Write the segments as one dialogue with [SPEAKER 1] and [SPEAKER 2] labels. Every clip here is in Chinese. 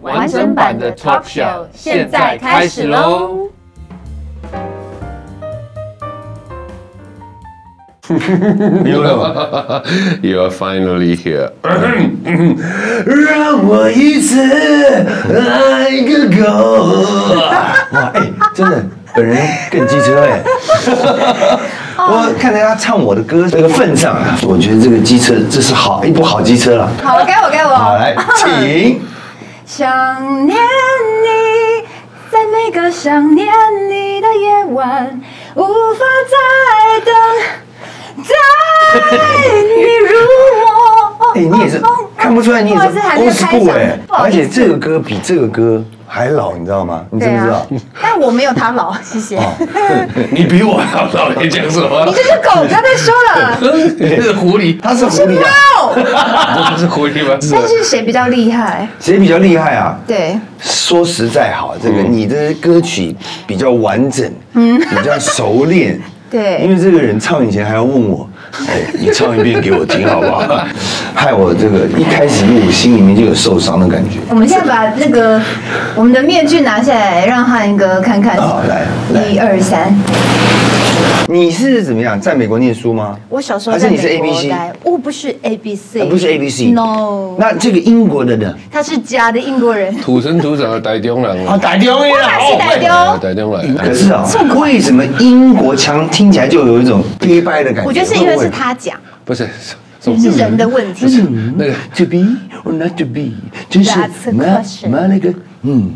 [SPEAKER 1] 完整版的 talk show 现在开始喽！
[SPEAKER 2] You are finally here 让我一次爱个够。
[SPEAKER 3] 哇，哎、真的，本人更机车 哎、
[SPEAKER 4] 哦
[SPEAKER 3] 我看在他唱我的歌这个份上啊，我觉得这个机车这是好一部好机车了。
[SPEAKER 4] 好，该我该
[SPEAKER 3] 好，
[SPEAKER 4] 我。
[SPEAKER 3] 来， 请。
[SPEAKER 4] 想念你，在每个想念你的夜晚，无法再等待你入我。哦
[SPEAKER 3] 哎、你也是看不出来，你也
[SPEAKER 4] 不好
[SPEAKER 3] 是
[SPEAKER 4] 意思还
[SPEAKER 3] old
[SPEAKER 4] 没
[SPEAKER 3] school
[SPEAKER 4] 有开嗓
[SPEAKER 3] 哎、
[SPEAKER 4] 不好
[SPEAKER 3] 而
[SPEAKER 4] 意思
[SPEAKER 3] 且这个歌比这个歌还老，你知道吗？你知
[SPEAKER 4] 对
[SPEAKER 3] 不知
[SPEAKER 4] 啊
[SPEAKER 3] 道？，
[SPEAKER 4] 但我没有他老，谢谢。
[SPEAKER 3] 哦
[SPEAKER 4] 你
[SPEAKER 2] 你比我还老，你讲什么？
[SPEAKER 4] 这是狗刚才说了，
[SPEAKER 3] 嗯
[SPEAKER 2] 你是狐狸，
[SPEAKER 3] 他是狐狸啊，
[SPEAKER 4] 哦，
[SPEAKER 2] 不 是狐狸吗？
[SPEAKER 4] 但是谁比较厉害？
[SPEAKER 3] 谁比较厉害啊？
[SPEAKER 4] 对，
[SPEAKER 3] 说实在好，这个
[SPEAKER 4] 嗯
[SPEAKER 3] 你的歌曲比较完整，嗯，比较熟练。
[SPEAKER 4] 对
[SPEAKER 3] 因为这个人唱以前还要问我， 哎，你唱一遍给我听好不好？ 害我这个一开始录心里面就有受伤的感觉。
[SPEAKER 4] 我们现在把那个我们的面具拿下来，让汉哥看看。
[SPEAKER 3] 好来来
[SPEAKER 4] 一二三。
[SPEAKER 3] 你是怎么样？在美国念书吗？
[SPEAKER 4] 我小时候
[SPEAKER 3] 还是
[SPEAKER 4] 在
[SPEAKER 3] 你是 A
[SPEAKER 4] 美国
[SPEAKER 3] B C，啊
[SPEAKER 4] 待，我不是 A B C，
[SPEAKER 3] 不是 A B C。
[SPEAKER 4] No，
[SPEAKER 3] 那这个英国的呢？
[SPEAKER 4] 他是假的英 国人。
[SPEAKER 2] 土生土长的台中人
[SPEAKER 3] 啊，
[SPEAKER 2] 啊，
[SPEAKER 3] 打电话啦！
[SPEAKER 4] 是台
[SPEAKER 2] 啊
[SPEAKER 4] 中，
[SPEAKER 2] 台中人。
[SPEAKER 3] 可 是啊，为什么英国腔听起来就有一种憋掰的感觉？
[SPEAKER 4] 我觉得是因为是他讲，
[SPEAKER 2] 不是，是
[SPEAKER 3] 哎
[SPEAKER 2] 什
[SPEAKER 4] 是人的问题。
[SPEAKER 2] 那个
[SPEAKER 3] 嗯 to be or not to be，就是
[SPEAKER 4] That's a
[SPEAKER 3] my
[SPEAKER 4] question.
[SPEAKER 3] my 那个嗯。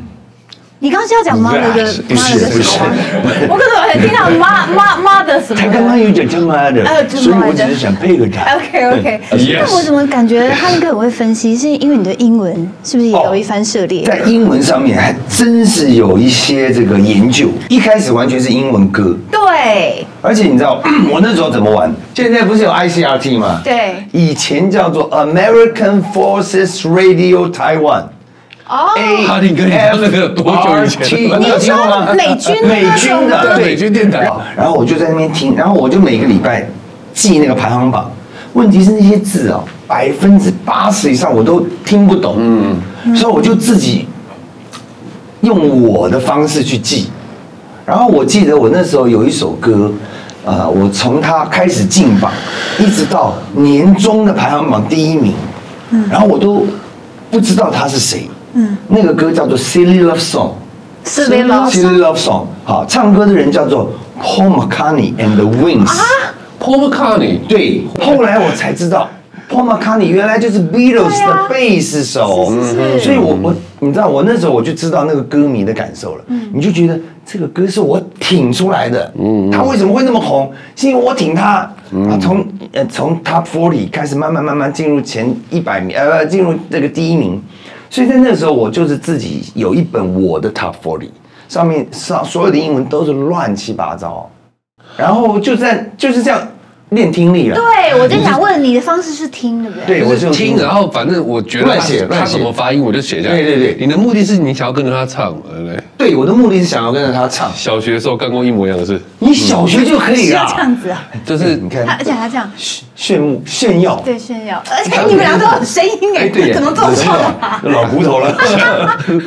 [SPEAKER 4] 你刚刚是要讲妈那个
[SPEAKER 2] 是
[SPEAKER 4] 妈那个
[SPEAKER 2] 是
[SPEAKER 4] 什么吗？
[SPEAKER 1] 我可能有听到 妈妈妈的什么
[SPEAKER 3] 他刚刚有讲他妈的
[SPEAKER 4] 哎，真的呃
[SPEAKER 3] 所以我只是想配合他。
[SPEAKER 4] OK OK，
[SPEAKER 2] Yes
[SPEAKER 4] 那我怎么感觉汉哥很会分析？是因为你的英文是不是也有一番涉猎？
[SPEAKER 3] 在英文上面还真是有一些这个研究，一开始完全是英文歌，
[SPEAKER 4] 对
[SPEAKER 3] 而且你知道 我那时候怎么玩？现在不是有 ICRT 吗？
[SPEAKER 4] 对
[SPEAKER 3] 以前叫做 American Forces Radio Taiwan。
[SPEAKER 4] 哦，
[SPEAKER 2] 哈林跟你刚那个多久以前
[SPEAKER 3] AFRT 你有听过吗？
[SPEAKER 4] 你说美军的
[SPEAKER 3] 美军
[SPEAKER 4] 那
[SPEAKER 3] 的
[SPEAKER 2] 种
[SPEAKER 3] 对
[SPEAKER 2] 美军电台
[SPEAKER 3] 然后我就在那边听，然后我就每个礼拜记那个排行榜。问题是那些字啊，百分之八十以上我都听不懂，嗯，所以我就自己用我的方式去记。然后我记得我那时候有一首歌，呃，我从它开始进榜，一直到年终的排行榜第一名，然后我都不知道他是谁。嗯，那个歌叫做《Silly Love Song》
[SPEAKER 4] 是被老师。
[SPEAKER 3] ，Silly Love Song。好，唱歌的人叫做 Paul McCartney and the Wings。
[SPEAKER 2] ，Paul McCartney，
[SPEAKER 3] 对，后来我才知道。Paul McCartney 原来就是 Beatles 的贝斯手，嗯
[SPEAKER 4] 嗯
[SPEAKER 3] 所以我我你知道我那时候我就知道那个歌迷的感受了，
[SPEAKER 4] 嗯
[SPEAKER 3] 你就觉得这个歌是我挺出来的，他为什么会那么红？是因为我挺他，啊从呃从 Top 40开始慢慢慢慢进入前一百名，呃进入这个第一名，所以在那个时候我就是自己有一本我的 Top 40，上面上所有的英文都是乱七八糟，然后就在就是这样练听力了。
[SPEAKER 4] 对，我正想问你的方式是听，对不对？
[SPEAKER 3] 对，
[SPEAKER 2] 我
[SPEAKER 3] 我
[SPEAKER 2] 就
[SPEAKER 3] 就
[SPEAKER 2] 听，然后反正我觉得
[SPEAKER 3] 乱写
[SPEAKER 2] 他
[SPEAKER 3] 乱写
[SPEAKER 2] 他怎么发音我就写下来。
[SPEAKER 3] 对对对
[SPEAKER 2] 你的目的是你想要跟着他唱嘛，对不对？
[SPEAKER 3] 对我的目的是想要跟着他唱。
[SPEAKER 2] 小学的时候干过一模一样的事，
[SPEAKER 3] 你小学就可以
[SPEAKER 4] 是
[SPEAKER 3] 了
[SPEAKER 4] 要，这样子啊，
[SPEAKER 2] 就是
[SPEAKER 3] 你
[SPEAKER 4] 他
[SPEAKER 3] 看
[SPEAKER 4] 而且还这样。
[SPEAKER 3] 炫目炫耀，
[SPEAKER 4] 对，炫耀，而且你们俩都有声音哎，
[SPEAKER 3] 耶
[SPEAKER 4] 怎么做错的啊？
[SPEAKER 3] 老骨头了，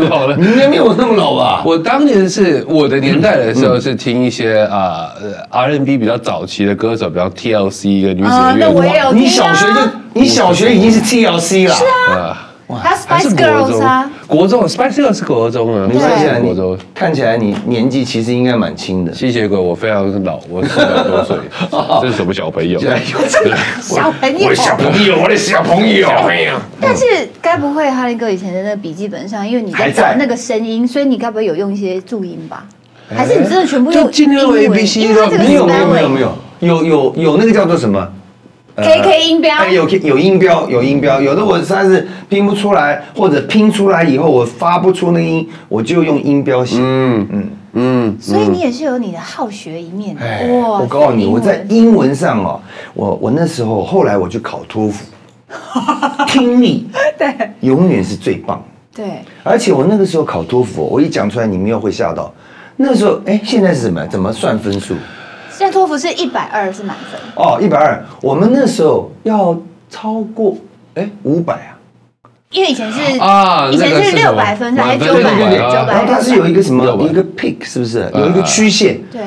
[SPEAKER 2] 老了
[SPEAKER 3] 你。应该没有那么老吧？
[SPEAKER 2] 我当年是我的年代的时候是听一些啊 R&B 比较早期的歌手，比方 TLC 跟女子
[SPEAKER 4] 啊
[SPEAKER 2] 的
[SPEAKER 4] 那
[SPEAKER 2] 乐
[SPEAKER 4] 我也
[SPEAKER 2] 队
[SPEAKER 4] 有
[SPEAKER 3] 你小学就你小学已经是 TLC 了，是啊，
[SPEAKER 2] 啊，
[SPEAKER 4] 他
[SPEAKER 2] 还是
[SPEAKER 4] Spice
[SPEAKER 2] 国
[SPEAKER 4] Girls 啊
[SPEAKER 2] 中，，国中 Spice Girls 是国中啊，
[SPEAKER 3] 你看起来
[SPEAKER 2] 是国中
[SPEAKER 3] 你。看起来你年纪其实应该蛮轻 的，
[SPEAKER 2] 吸血鬼，我非常老，我四百多 岁，这是什么小朋友？
[SPEAKER 4] 小朋友。
[SPEAKER 2] 朋友，我的小朋友，小朋友。
[SPEAKER 4] 但是该不会哈林哥以前的那个笔记本上，因为你
[SPEAKER 3] 还
[SPEAKER 4] 在
[SPEAKER 3] 在
[SPEAKER 4] 找那个声音，所以你该不会有用一些注音吧？
[SPEAKER 3] 哎
[SPEAKER 4] 还是你真的全部
[SPEAKER 2] 就
[SPEAKER 4] 用
[SPEAKER 2] 尽量用
[SPEAKER 4] 英文
[SPEAKER 2] ABC
[SPEAKER 4] 因为它这个
[SPEAKER 2] 的
[SPEAKER 3] 没有没有
[SPEAKER 4] spelling
[SPEAKER 3] 没有没有有有有那个叫做什么？
[SPEAKER 4] K K 音标
[SPEAKER 3] 哎，有有音标，有音标，有的我实在是拼不出来，或者拼出来以后我发不出那个音，我就用音标写。嗯嗯
[SPEAKER 2] 嗯，
[SPEAKER 4] 所以你也是有你的好学一面的
[SPEAKER 3] 哎，
[SPEAKER 4] 哇！
[SPEAKER 3] 我告诉你，
[SPEAKER 4] 英
[SPEAKER 3] 我
[SPEAKER 4] 文
[SPEAKER 3] 在英文上哦，我我那时候后来我去考托 福，听力
[SPEAKER 4] 对
[SPEAKER 3] 永远是最棒。
[SPEAKER 4] 对
[SPEAKER 3] 而且我那个时候考托福哦，我一讲出来你们又会吓到。那时候哎，现在是什么？怎么算分数？
[SPEAKER 4] 现在托福是一百二是满分，
[SPEAKER 3] 哦，一百二。我们那时候要超过哎五百啊。
[SPEAKER 4] 因为以前是
[SPEAKER 2] 啊
[SPEAKER 4] 以前
[SPEAKER 2] 那个是
[SPEAKER 4] 是
[SPEAKER 2] 什么
[SPEAKER 4] 六百分还是
[SPEAKER 2] 满分
[SPEAKER 4] 九百啊
[SPEAKER 2] 600
[SPEAKER 4] 九
[SPEAKER 3] 啊然
[SPEAKER 4] 百
[SPEAKER 3] 后？它是有一个什么，
[SPEAKER 2] 600
[SPEAKER 3] 有一个 peak 是不是？有一个曲线，
[SPEAKER 4] 对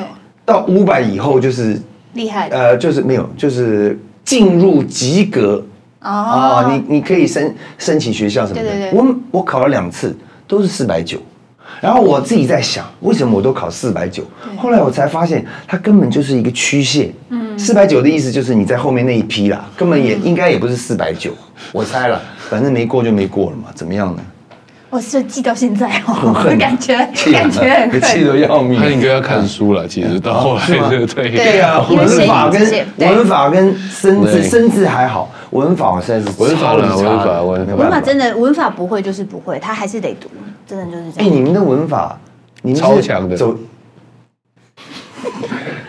[SPEAKER 3] 到五百以后就是
[SPEAKER 4] 厉害的
[SPEAKER 3] 呃，就是没有，就是进入及格啊、
[SPEAKER 4] 哦，
[SPEAKER 3] 你你可以申申请学校什么的。
[SPEAKER 4] 对对对
[SPEAKER 3] 我我考了两次，都是四百九。然后我自己在想，为什么我都考四百九？后来我才发现，它根本就是一个曲线。嗯，四百九的意思就是你在后面那一批啦，根本
[SPEAKER 4] 嗯
[SPEAKER 3] 也、应该也不是四百九，我猜了，反正没过就没过了嘛，怎么样呢？
[SPEAKER 4] 我是记到现在
[SPEAKER 3] 很
[SPEAKER 4] 哦，
[SPEAKER 3] 恨啊
[SPEAKER 4] 感觉
[SPEAKER 3] 气
[SPEAKER 4] 感觉很
[SPEAKER 3] 得气
[SPEAKER 4] 恨。
[SPEAKER 3] 得要命
[SPEAKER 2] 他。应该要看书了，其实到后来
[SPEAKER 3] 是吗
[SPEAKER 2] 对 对
[SPEAKER 3] 对啊，
[SPEAKER 4] 因为
[SPEAKER 3] 文
[SPEAKER 4] 声音
[SPEAKER 3] 法
[SPEAKER 4] 直接
[SPEAKER 3] 跟
[SPEAKER 4] 对
[SPEAKER 3] 文法跟生字，
[SPEAKER 2] 对
[SPEAKER 3] 生字还好，文法我实在是
[SPEAKER 2] 文法
[SPEAKER 3] 超级
[SPEAKER 2] 啦
[SPEAKER 3] 差
[SPEAKER 2] 文法
[SPEAKER 3] 的
[SPEAKER 2] 文法
[SPEAKER 3] 没
[SPEAKER 4] 文
[SPEAKER 3] 办
[SPEAKER 4] 法
[SPEAKER 3] 法
[SPEAKER 4] 真的文法不会就是不会，他还是得读，真的就是这
[SPEAKER 3] 哎，
[SPEAKER 4] 样。
[SPEAKER 3] 你们的文法，你们是
[SPEAKER 2] 超强的
[SPEAKER 3] 走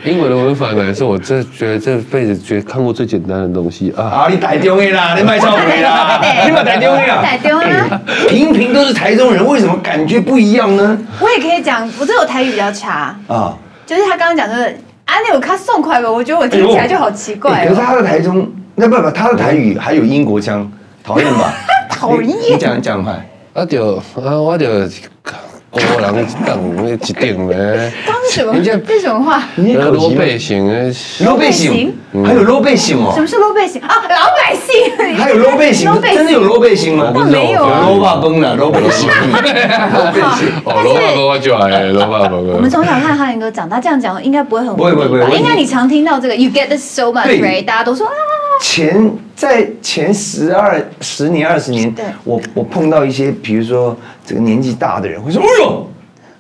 [SPEAKER 2] 英文的文法呢，是我这觉得这辈子觉得看过最简单的东西啊！
[SPEAKER 3] 啊，你台中的 啦，你卖超回啦
[SPEAKER 4] 对，
[SPEAKER 3] 你把台中的啦，
[SPEAKER 4] 台中的啦
[SPEAKER 3] 哎，平平都是台中人，为什么感觉不一样呢？
[SPEAKER 4] 我也可以讲，我这我台语比较差，
[SPEAKER 3] 啊，
[SPEAKER 4] 就是他刚刚讲的啊，那有看送快吧，我觉得我听起来就好奇
[SPEAKER 3] 哎
[SPEAKER 4] 怪
[SPEAKER 3] 可是
[SPEAKER 4] 哦。
[SPEAKER 3] 他的台中，那不不，他的台语还有英国腔，讨厌吧？
[SPEAKER 4] 讨厌
[SPEAKER 3] 你你讲讲快，
[SPEAKER 2] 啊就啊我就哦我人讲那一定呢，
[SPEAKER 4] 刚是什么？
[SPEAKER 2] 人家
[SPEAKER 4] 这是什么话？
[SPEAKER 3] 你也
[SPEAKER 2] 那
[SPEAKER 3] 口
[SPEAKER 2] 罗
[SPEAKER 3] 急吗
[SPEAKER 2] 贝型的，
[SPEAKER 3] 罗贝型，还有罗贝型哦
[SPEAKER 4] 什。么是 low 背型啊？老百姓。
[SPEAKER 3] 还有露背 型，真的有露背型吗？
[SPEAKER 2] 我不知道
[SPEAKER 4] 没有啊
[SPEAKER 3] 露霸崩了，露背型，露背型。
[SPEAKER 2] 哦，罗爸伯我就爱罗爸伯。
[SPEAKER 4] 我们从小看汉语歌长大，这样讲应该不会很无
[SPEAKER 3] 不会
[SPEAKER 4] 理吧
[SPEAKER 3] 不会不会
[SPEAKER 4] 应该你常听到这个 “you get this so much”，
[SPEAKER 3] 对
[SPEAKER 4] right？大家都说啊，
[SPEAKER 3] 前在前十二十年二十年
[SPEAKER 4] 对，
[SPEAKER 3] 我我碰到一些，比如说这个年纪大的人，会说：“哎呦，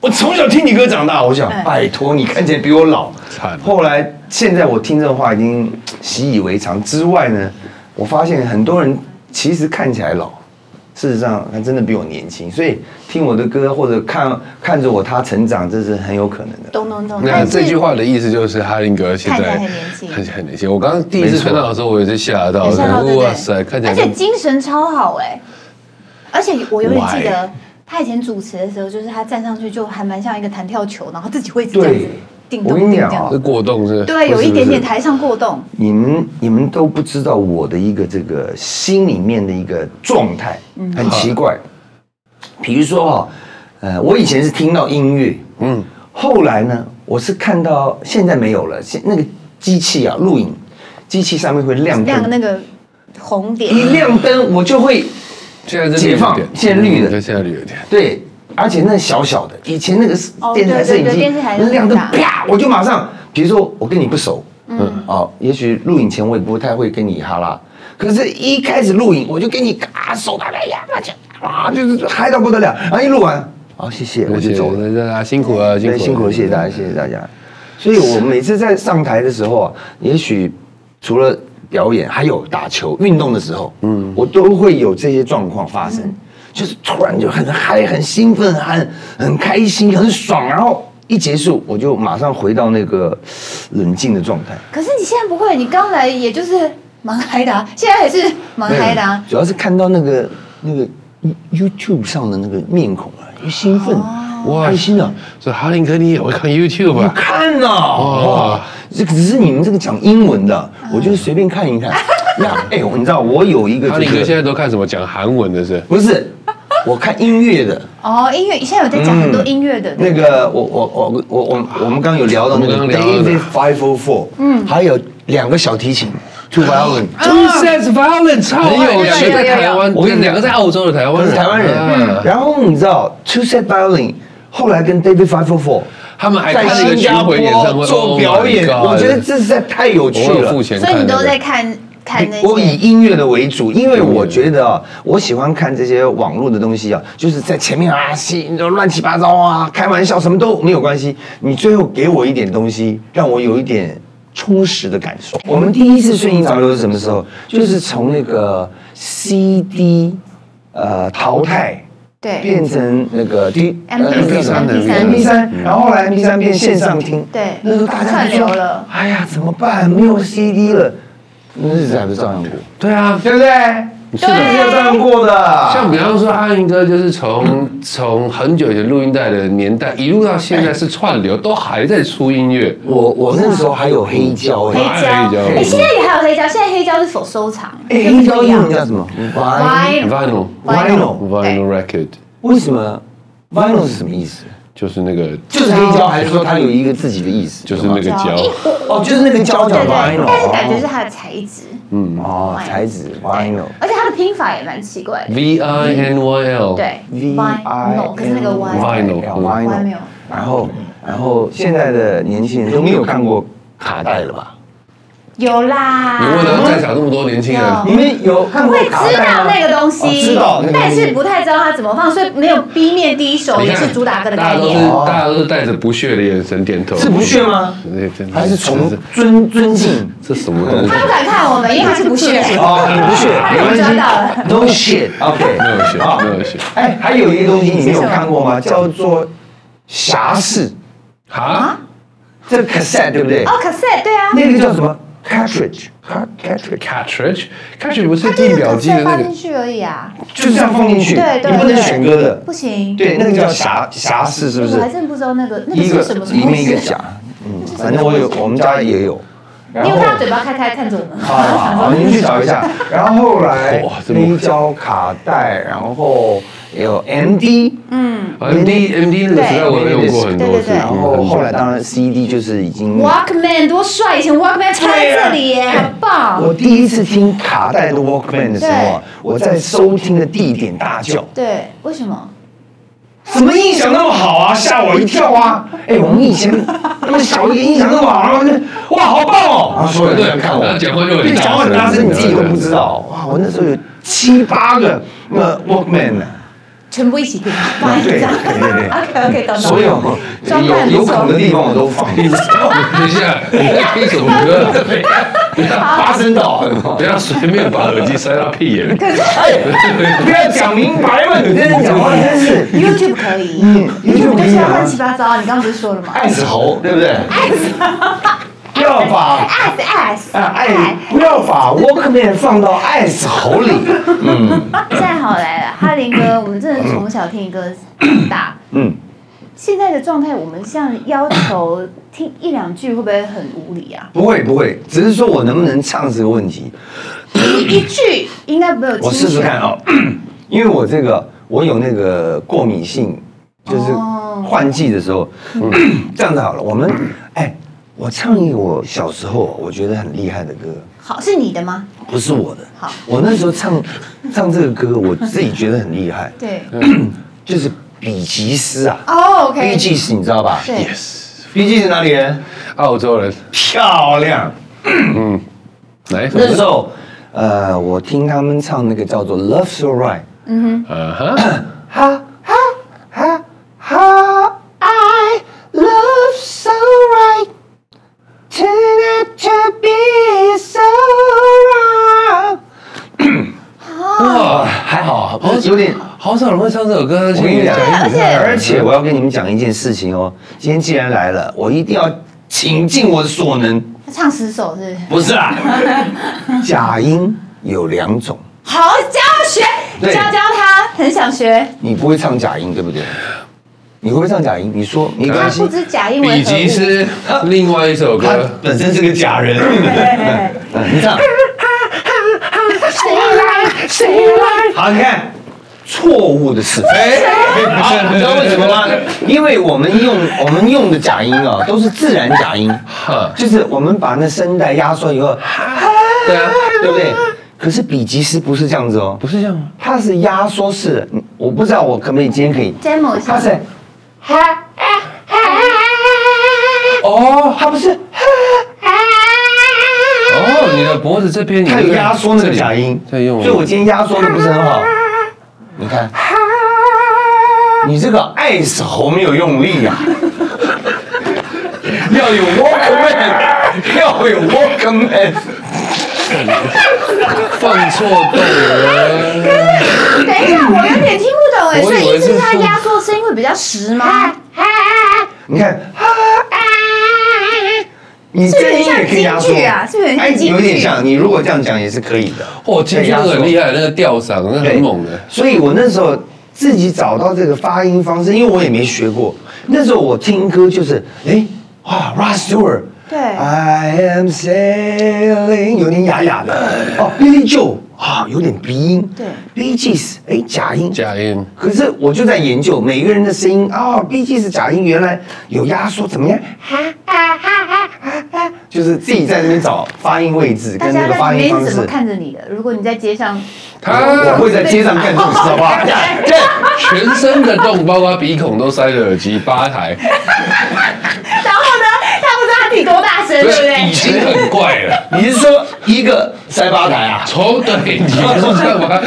[SPEAKER 3] 我从小听你歌长大。”我想，
[SPEAKER 4] 嗯
[SPEAKER 3] 拜托你看起来比我老。
[SPEAKER 2] 惨
[SPEAKER 3] 后来现在我听这种话已经习以为常。之外呢，我发现很多人其实看起来老。事实上，他真的比我年轻，所以听我的歌或者看看着我他成长，这是很有可能的。
[SPEAKER 4] 懂懂懂。
[SPEAKER 2] 那
[SPEAKER 4] 但是
[SPEAKER 2] 这句话的意思就是哈林格现在
[SPEAKER 4] 看起来很年轻
[SPEAKER 2] 看起来很年轻。我刚刚第一次看到的时候，我也是吓到，
[SPEAKER 4] 有吓到对不对
[SPEAKER 2] 哇塞，看起来
[SPEAKER 4] 而且精神超好哎、而且我永远记
[SPEAKER 2] Why？
[SPEAKER 4] 得他以前主持的时候，就是他站上去就还蛮像一个弹跳球，然后自己会一直这样子
[SPEAKER 3] 对
[SPEAKER 4] 叮
[SPEAKER 3] 我
[SPEAKER 4] 咚
[SPEAKER 3] 跟你
[SPEAKER 4] 叮
[SPEAKER 3] 讲
[SPEAKER 4] 这样
[SPEAKER 3] 啊
[SPEAKER 2] 是过动是？
[SPEAKER 4] 对，有
[SPEAKER 3] 不是
[SPEAKER 4] 一点点
[SPEAKER 3] 不是
[SPEAKER 4] 台上过动，
[SPEAKER 3] 你们你们都不知道我的一个这个心里面的一个状态，很奇怪。比如说哈、呃，我以前是听到音乐，嗯，后来呢，我是看到现在没有了，现那个机器啊，录影机器上面会亮
[SPEAKER 4] 亮个
[SPEAKER 3] 灯，
[SPEAKER 4] 那个红点
[SPEAKER 3] 一亮灯我就会
[SPEAKER 2] 现在是
[SPEAKER 3] 解放现在绿的
[SPEAKER 2] 对，现在绿一点。
[SPEAKER 3] 对，而且那小小的，以前那个是
[SPEAKER 4] 哦
[SPEAKER 3] 电视台摄
[SPEAKER 4] 对对
[SPEAKER 3] 影
[SPEAKER 4] 对
[SPEAKER 3] 机
[SPEAKER 4] 电视台的
[SPEAKER 3] 亮灯
[SPEAKER 4] 很大
[SPEAKER 3] 啪，我就马上，比如说我跟你不熟，嗯，哦，也许录影前我也不太会跟你哈拉，可是一开始录影我就跟你嘎手打哎呀，那就啊就是嗨到不得了，然后一录完，好谢谢，我就走了，
[SPEAKER 2] 大家辛苦啊了，辛苦了
[SPEAKER 3] 对，呃辛苦了，谢谢大家，谢谢大家。所以我每次在上台的时候啊，也许除了表演，还有打球、运动的时候，嗯，我都会有这些状况发
[SPEAKER 4] 嗯
[SPEAKER 3] 生，就是突然就很嗨、很兴奋、很很开心、很爽，然后一结束，我就马上回到那个冷静的状态。
[SPEAKER 4] 可是你现在不会，你刚来也就是蛮嗨的、啊，现在还是蛮嗨的、啊。
[SPEAKER 3] 主要是看到那个那个 You- YouTube 上的那个面孔啊，一兴奋，
[SPEAKER 2] 哇
[SPEAKER 4] 哦
[SPEAKER 3] 开心啊。
[SPEAKER 2] 所以哈林哥，你也会看 YouTube
[SPEAKER 3] 我
[SPEAKER 2] 啊？
[SPEAKER 3] 看呐、
[SPEAKER 2] 哦
[SPEAKER 3] 哇，这个只是你们这个讲英文的，我就是随便看一看。那哎、我你知道我有一个
[SPEAKER 2] 哈林哥
[SPEAKER 3] 这
[SPEAKER 2] 现
[SPEAKER 3] 个，
[SPEAKER 2] 在都看什么？讲韩文的是？
[SPEAKER 3] 不是，我看音乐的。
[SPEAKER 4] 哦，音乐现在有在讲很
[SPEAKER 3] 嗯
[SPEAKER 4] 多音乐的，
[SPEAKER 3] 那个，我我我我我我们刚刚有聊到那个
[SPEAKER 2] 我们刚刚聊到
[SPEAKER 3] David
[SPEAKER 2] 的
[SPEAKER 3] Five O Four，嗯，还有两个小提琴，Two violin，
[SPEAKER 2] Two Sets Violence，超
[SPEAKER 3] 很
[SPEAKER 2] 有
[SPEAKER 3] 有趣
[SPEAKER 2] 趣。在台湾，
[SPEAKER 3] 我跟你讲
[SPEAKER 2] 两个在澳洲的台
[SPEAKER 3] 我
[SPEAKER 2] 湾
[SPEAKER 3] 是
[SPEAKER 2] 人，
[SPEAKER 3] 台湾人
[SPEAKER 2] 啊。
[SPEAKER 3] 然后你知道 Two Set Violin，后来跟 David Five O Four
[SPEAKER 2] 他们还
[SPEAKER 3] 在
[SPEAKER 2] 看那
[SPEAKER 3] 新
[SPEAKER 2] 个巡
[SPEAKER 3] 加坡
[SPEAKER 2] 回演唱会
[SPEAKER 3] 做表演，
[SPEAKER 2] Oh my God
[SPEAKER 3] 我觉得这实在太有趣
[SPEAKER 2] 我有
[SPEAKER 3] 了。
[SPEAKER 2] 付钱
[SPEAKER 4] 所
[SPEAKER 2] 看
[SPEAKER 4] 以
[SPEAKER 2] 那个，
[SPEAKER 4] 你都在看看那些。
[SPEAKER 3] 哎我以音乐的为主，因为我觉得啊，我喜欢看这些网络的东西啊，就是在前面啊，戏乱七八糟啊，开玩笑什么都没有关系。你最后给我一点东西，让我有一点充实的感受。我们第一次顺应潮流是什么时候？就是从那个 CD 呃淘汰。
[SPEAKER 4] 对
[SPEAKER 3] 变成那个 D
[SPEAKER 4] MP3
[SPEAKER 3] 的
[SPEAKER 4] MP3
[SPEAKER 3] MP 三，然后后来 MP 三变线上听，
[SPEAKER 4] 对
[SPEAKER 3] 那时候大家就
[SPEAKER 4] 串
[SPEAKER 3] 说
[SPEAKER 4] 流了，
[SPEAKER 3] 哎呀，怎么办？没有 CD 了，那日子还不是照样过，
[SPEAKER 2] 对啊，
[SPEAKER 3] 对不对？是没有照样过
[SPEAKER 4] 啊
[SPEAKER 3] 的，
[SPEAKER 2] 像比方说阿云哥，就是从从很久以前录音带的年代一路到现在是串流，都还在出音乐。
[SPEAKER 3] 我我那时候还有黑胶
[SPEAKER 4] 黑
[SPEAKER 3] 哎，
[SPEAKER 4] 胶，哎、
[SPEAKER 2] 黑胶
[SPEAKER 4] 现在也还有黑胶，现在黑胶是否收藏？
[SPEAKER 3] 哎，黑胶英文叫什么
[SPEAKER 4] Vinyl
[SPEAKER 2] Vinyl
[SPEAKER 3] ？Vinyl，Vinyl，
[SPEAKER 2] Vinyl record
[SPEAKER 3] 为什么 Vinyl 是什么意思？
[SPEAKER 2] 就是那个
[SPEAKER 3] 就是黑胶，还是说它有一个自己的意思？
[SPEAKER 2] 就是那个胶，
[SPEAKER 3] 哦，就是那个胶叫
[SPEAKER 4] 对对
[SPEAKER 3] Vinyl，，
[SPEAKER 4] 但是感觉是它的材质，
[SPEAKER 3] 哦，材质 Vinyl。
[SPEAKER 4] 而且它的拼法也蛮奇怪的，
[SPEAKER 2] V I N Y L
[SPEAKER 4] 对
[SPEAKER 3] V
[SPEAKER 4] ，vinyl，可是那个 y，
[SPEAKER 2] Vinyl
[SPEAKER 3] vinyl，
[SPEAKER 4] Vinyl
[SPEAKER 3] 然后然后现在的年轻人都没有看过卡带了吧？
[SPEAKER 4] 有啦，
[SPEAKER 2] 你问了在场那么多年轻人，
[SPEAKER 4] 有
[SPEAKER 3] 你们有看过
[SPEAKER 4] 哦会
[SPEAKER 3] 卡
[SPEAKER 4] 知
[SPEAKER 3] 带
[SPEAKER 4] 道
[SPEAKER 3] 吗？
[SPEAKER 4] 那个东
[SPEAKER 3] 哦
[SPEAKER 4] 西，
[SPEAKER 3] 知道那个东西
[SPEAKER 4] 但是不太知道它怎么放，所以没有 B 面第一首
[SPEAKER 2] 你
[SPEAKER 4] 也
[SPEAKER 2] 看
[SPEAKER 4] 是主打歌的
[SPEAKER 2] 大
[SPEAKER 4] 概
[SPEAKER 2] 家都是
[SPEAKER 4] 念。
[SPEAKER 2] 大家都是带着不屑的眼神点头，
[SPEAKER 3] 是不屑吗？
[SPEAKER 2] 对？对
[SPEAKER 3] 还是崇
[SPEAKER 2] 这
[SPEAKER 3] 尊尊敬？
[SPEAKER 2] 这什么东西
[SPEAKER 4] 他？不敢看我们，因为他是不屑。
[SPEAKER 3] 哦，你不屑， 没关
[SPEAKER 4] 抓到了
[SPEAKER 3] 系，No shit，OK，
[SPEAKER 2] 没有学，
[SPEAKER 3] 啊
[SPEAKER 2] 没有学
[SPEAKER 3] 哎，还有一个东西你没有看过吗？叫做侠士，
[SPEAKER 2] 啊！
[SPEAKER 3] 这个 cassette 对不对？
[SPEAKER 4] 哦，cassette 对啊，
[SPEAKER 3] 那个叫什么 cartridge？cartridge
[SPEAKER 2] cartridge cartridge 不是地表机的那
[SPEAKER 4] 放
[SPEAKER 2] 个
[SPEAKER 4] 进去而已啊，
[SPEAKER 3] 就是这样放进去，
[SPEAKER 4] 对对
[SPEAKER 3] 你不能
[SPEAKER 4] 对
[SPEAKER 3] 选歌的。
[SPEAKER 4] 不行。
[SPEAKER 3] 对，那个叫侠侠士，是不是
[SPEAKER 4] 我？还真不知道那个那
[SPEAKER 3] 一
[SPEAKER 4] 个
[SPEAKER 3] 个
[SPEAKER 4] 是什么
[SPEAKER 3] 里面一个甲，嗯，反正我有，我们家也有。然
[SPEAKER 4] 因
[SPEAKER 3] 后
[SPEAKER 4] 为他嘴巴开开看着我们。
[SPEAKER 3] 啊啊，您去找一 下。然后后来
[SPEAKER 2] 哇这么
[SPEAKER 3] 黑胶卡带，然后有 MD，
[SPEAKER 4] 嗯
[SPEAKER 2] M D M D 那个时代我也用过很多
[SPEAKER 4] 对对
[SPEAKER 2] 次，嗯
[SPEAKER 4] 对
[SPEAKER 3] 然后后来当然 CD 就是已经。
[SPEAKER 4] ，Walkman 多帅，以前 Walkman 插在这里耶，好棒。
[SPEAKER 3] 啊我第一次听卡带的 Walkman 的时候啊，我在收听的地点大叫，
[SPEAKER 4] 对，为什么？
[SPEAKER 3] 怎么音响那么好啊？吓我一跳啊！哎，我们以前那么小一个音响那么好，然后就哇，好棒哦！然后所有人都在看我，
[SPEAKER 2] 讲话就很大声
[SPEAKER 3] 对讲话很大声，你自己都不知道。哇，我那时候有七八个那 Walkman 呢，
[SPEAKER 4] 全部一起听，放一
[SPEAKER 3] 啊 对
[SPEAKER 4] 张。
[SPEAKER 3] 对对对
[SPEAKER 4] OK OK，懂懂。
[SPEAKER 3] 所有呃
[SPEAKER 4] 装扮
[SPEAKER 3] 有
[SPEAKER 4] 不
[SPEAKER 3] 有
[SPEAKER 4] 错
[SPEAKER 3] 孔的地方我都放。
[SPEAKER 2] 等一下，你在听什么歌？
[SPEAKER 3] 八声道，哎
[SPEAKER 2] 不要随便把耳机塞到屁眼里。
[SPEAKER 3] 不要讲明白了，你这人讲话真是
[SPEAKER 4] YouTube 可以，YouTube
[SPEAKER 3] 嗯啊
[SPEAKER 4] 就是要乱七八糟，你刚刚不是说了吗
[SPEAKER 3] 爱死猴，对不对？爱死不要把
[SPEAKER 4] ？Ass ass，
[SPEAKER 3] 啊
[SPEAKER 4] 哎
[SPEAKER 3] 爱不要把 Walkman 放到爱死猴 里。
[SPEAKER 4] 现在好来了，哈林哥，我们真的从小听歌大，
[SPEAKER 3] 嗯。
[SPEAKER 4] 现在的状态，我们像要求听一两句会不会很无理啊？
[SPEAKER 3] 不会不会，只是说我能不能唱是个问题。
[SPEAKER 4] 一一句应该没有。
[SPEAKER 3] 我试试看。啊、 因为我这个我有那个过敏性，就是
[SPEAKER 4] 哦嗯
[SPEAKER 3] 换季的时候， 这样子好了，我们哎，我唱一个我小时候我觉得很厉害的歌，
[SPEAKER 4] 好，是你的吗？
[SPEAKER 3] 不是我的。
[SPEAKER 4] 好
[SPEAKER 3] 我那时候唱唱这个歌，我自己觉得很厉害，
[SPEAKER 4] 对。
[SPEAKER 3] 就是比吉斯啊
[SPEAKER 4] 哦
[SPEAKER 3] ，B
[SPEAKER 4] ，OK。
[SPEAKER 3] G 是你知道吧
[SPEAKER 4] 对，
[SPEAKER 3] ？B G 是哪里人？
[SPEAKER 2] 澳洲人，
[SPEAKER 3] 漂亮。
[SPEAKER 2] 哪一首
[SPEAKER 3] 那时候，呃，我听他们唱那个叫做《Love So Right》。
[SPEAKER 2] 啊哈，
[SPEAKER 3] 哈哈哈哈！I love so right, turn out to be so wrong。哇，
[SPEAKER 4] 啊
[SPEAKER 3] 还好，
[SPEAKER 4] 哦
[SPEAKER 3] 不是有点。
[SPEAKER 2] 好少人会唱这首歌。
[SPEAKER 3] 我跟你讲，
[SPEAKER 4] 而且
[SPEAKER 3] 而且我要跟你们讲一件事情哦。今天既然来了，我一定要倾尽我所能。
[SPEAKER 4] 他唱十首是不是？
[SPEAKER 3] 不是啦， 假音有两种，
[SPEAKER 4] 好，教学，
[SPEAKER 3] 对
[SPEAKER 4] 教教他，很想学。
[SPEAKER 3] 你不会唱假音，对不对？你会不会唱假音？你说没
[SPEAKER 4] 他
[SPEAKER 3] 关系
[SPEAKER 4] 不。知假英
[SPEAKER 2] 比
[SPEAKER 4] 文何
[SPEAKER 2] 吉
[SPEAKER 4] 物。
[SPEAKER 2] 斯另外一首
[SPEAKER 3] 他
[SPEAKER 2] 歌，
[SPEAKER 3] 本身是个假人。你这样，好，你看，错误的示范。好，你知道为什么吗？因为我们用我们用的假音啊，都是自然假音，
[SPEAKER 2] 哈，
[SPEAKER 3] 就是我们把那声带压缩以后，
[SPEAKER 2] 对啊，
[SPEAKER 3] 对不对？可是比吉斯不是这样子哦，
[SPEAKER 2] 不是这样吗？
[SPEAKER 3] 它是压缩式，嗯我不知道我可不可以今天可以
[SPEAKER 4] demo 一
[SPEAKER 3] 他
[SPEAKER 4] 下。
[SPEAKER 3] 是，哦，他不是，
[SPEAKER 2] 哦，你的脖子这边
[SPEAKER 3] 他有压缩那个假音，
[SPEAKER 2] 在用，
[SPEAKER 3] 所以我今天压缩的不是很好。你看，你这个爱 死喉没有用力啊，要有 Walkman， 要有 Walkman，
[SPEAKER 2] 放错动了，
[SPEAKER 4] 等一下，我有点听不懂哎，
[SPEAKER 2] 我
[SPEAKER 4] 所
[SPEAKER 2] 以
[SPEAKER 4] 以
[SPEAKER 2] 为
[SPEAKER 4] 一直
[SPEAKER 2] 是
[SPEAKER 4] 它
[SPEAKER 2] 复
[SPEAKER 4] 压缩声音会比较实吗？
[SPEAKER 3] 哎你看，啊你这音也可以压缩
[SPEAKER 4] 是不是很像京剧啊是不是很像
[SPEAKER 3] 哎
[SPEAKER 4] 京剧
[SPEAKER 3] 有点像，你如果这样讲也是可以的。
[SPEAKER 2] 哦，进去那个很厉害，那个吊嗓那
[SPEAKER 3] 对
[SPEAKER 2] 很猛的。
[SPEAKER 3] 所以我那时候自己找到这个发音方式，因为我也没学过。那时候我听歌就是，哎，哇 r a s t e w a r
[SPEAKER 4] 对
[SPEAKER 3] ，I am sailing，有点哑哑的。哦，Billy Joe 啊，有点鼻音。
[SPEAKER 4] 对
[SPEAKER 3] ，Bee Gees，哎，假音。
[SPEAKER 2] 假音
[SPEAKER 3] 可是我就在研究每个人的声音啊、b G 是假音，原来有压缩，怎么样？哈哈哈哈哈哈就是自己在那边找发音位置
[SPEAKER 4] 大
[SPEAKER 3] 跟
[SPEAKER 4] 家
[SPEAKER 3] 那个
[SPEAKER 4] 在
[SPEAKER 3] 发
[SPEAKER 4] 里
[SPEAKER 3] 音
[SPEAKER 4] 面
[SPEAKER 3] 方
[SPEAKER 4] 是
[SPEAKER 3] 式
[SPEAKER 4] 怎。么看着你的？如果你在街上，
[SPEAKER 3] 我
[SPEAKER 2] 他
[SPEAKER 3] 会在街上干这种事，好不 好？对，
[SPEAKER 2] 全身的洞，包括鼻孔都塞着耳机，八台，
[SPEAKER 4] 然后呢，他不知道他自己多大声，对不
[SPEAKER 2] 已
[SPEAKER 4] 对？
[SPEAKER 2] 经很怪了。
[SPEAKER 3] 你是说一个塞八 台啊？
[SPEAKER 2] 从对，你是干嘛？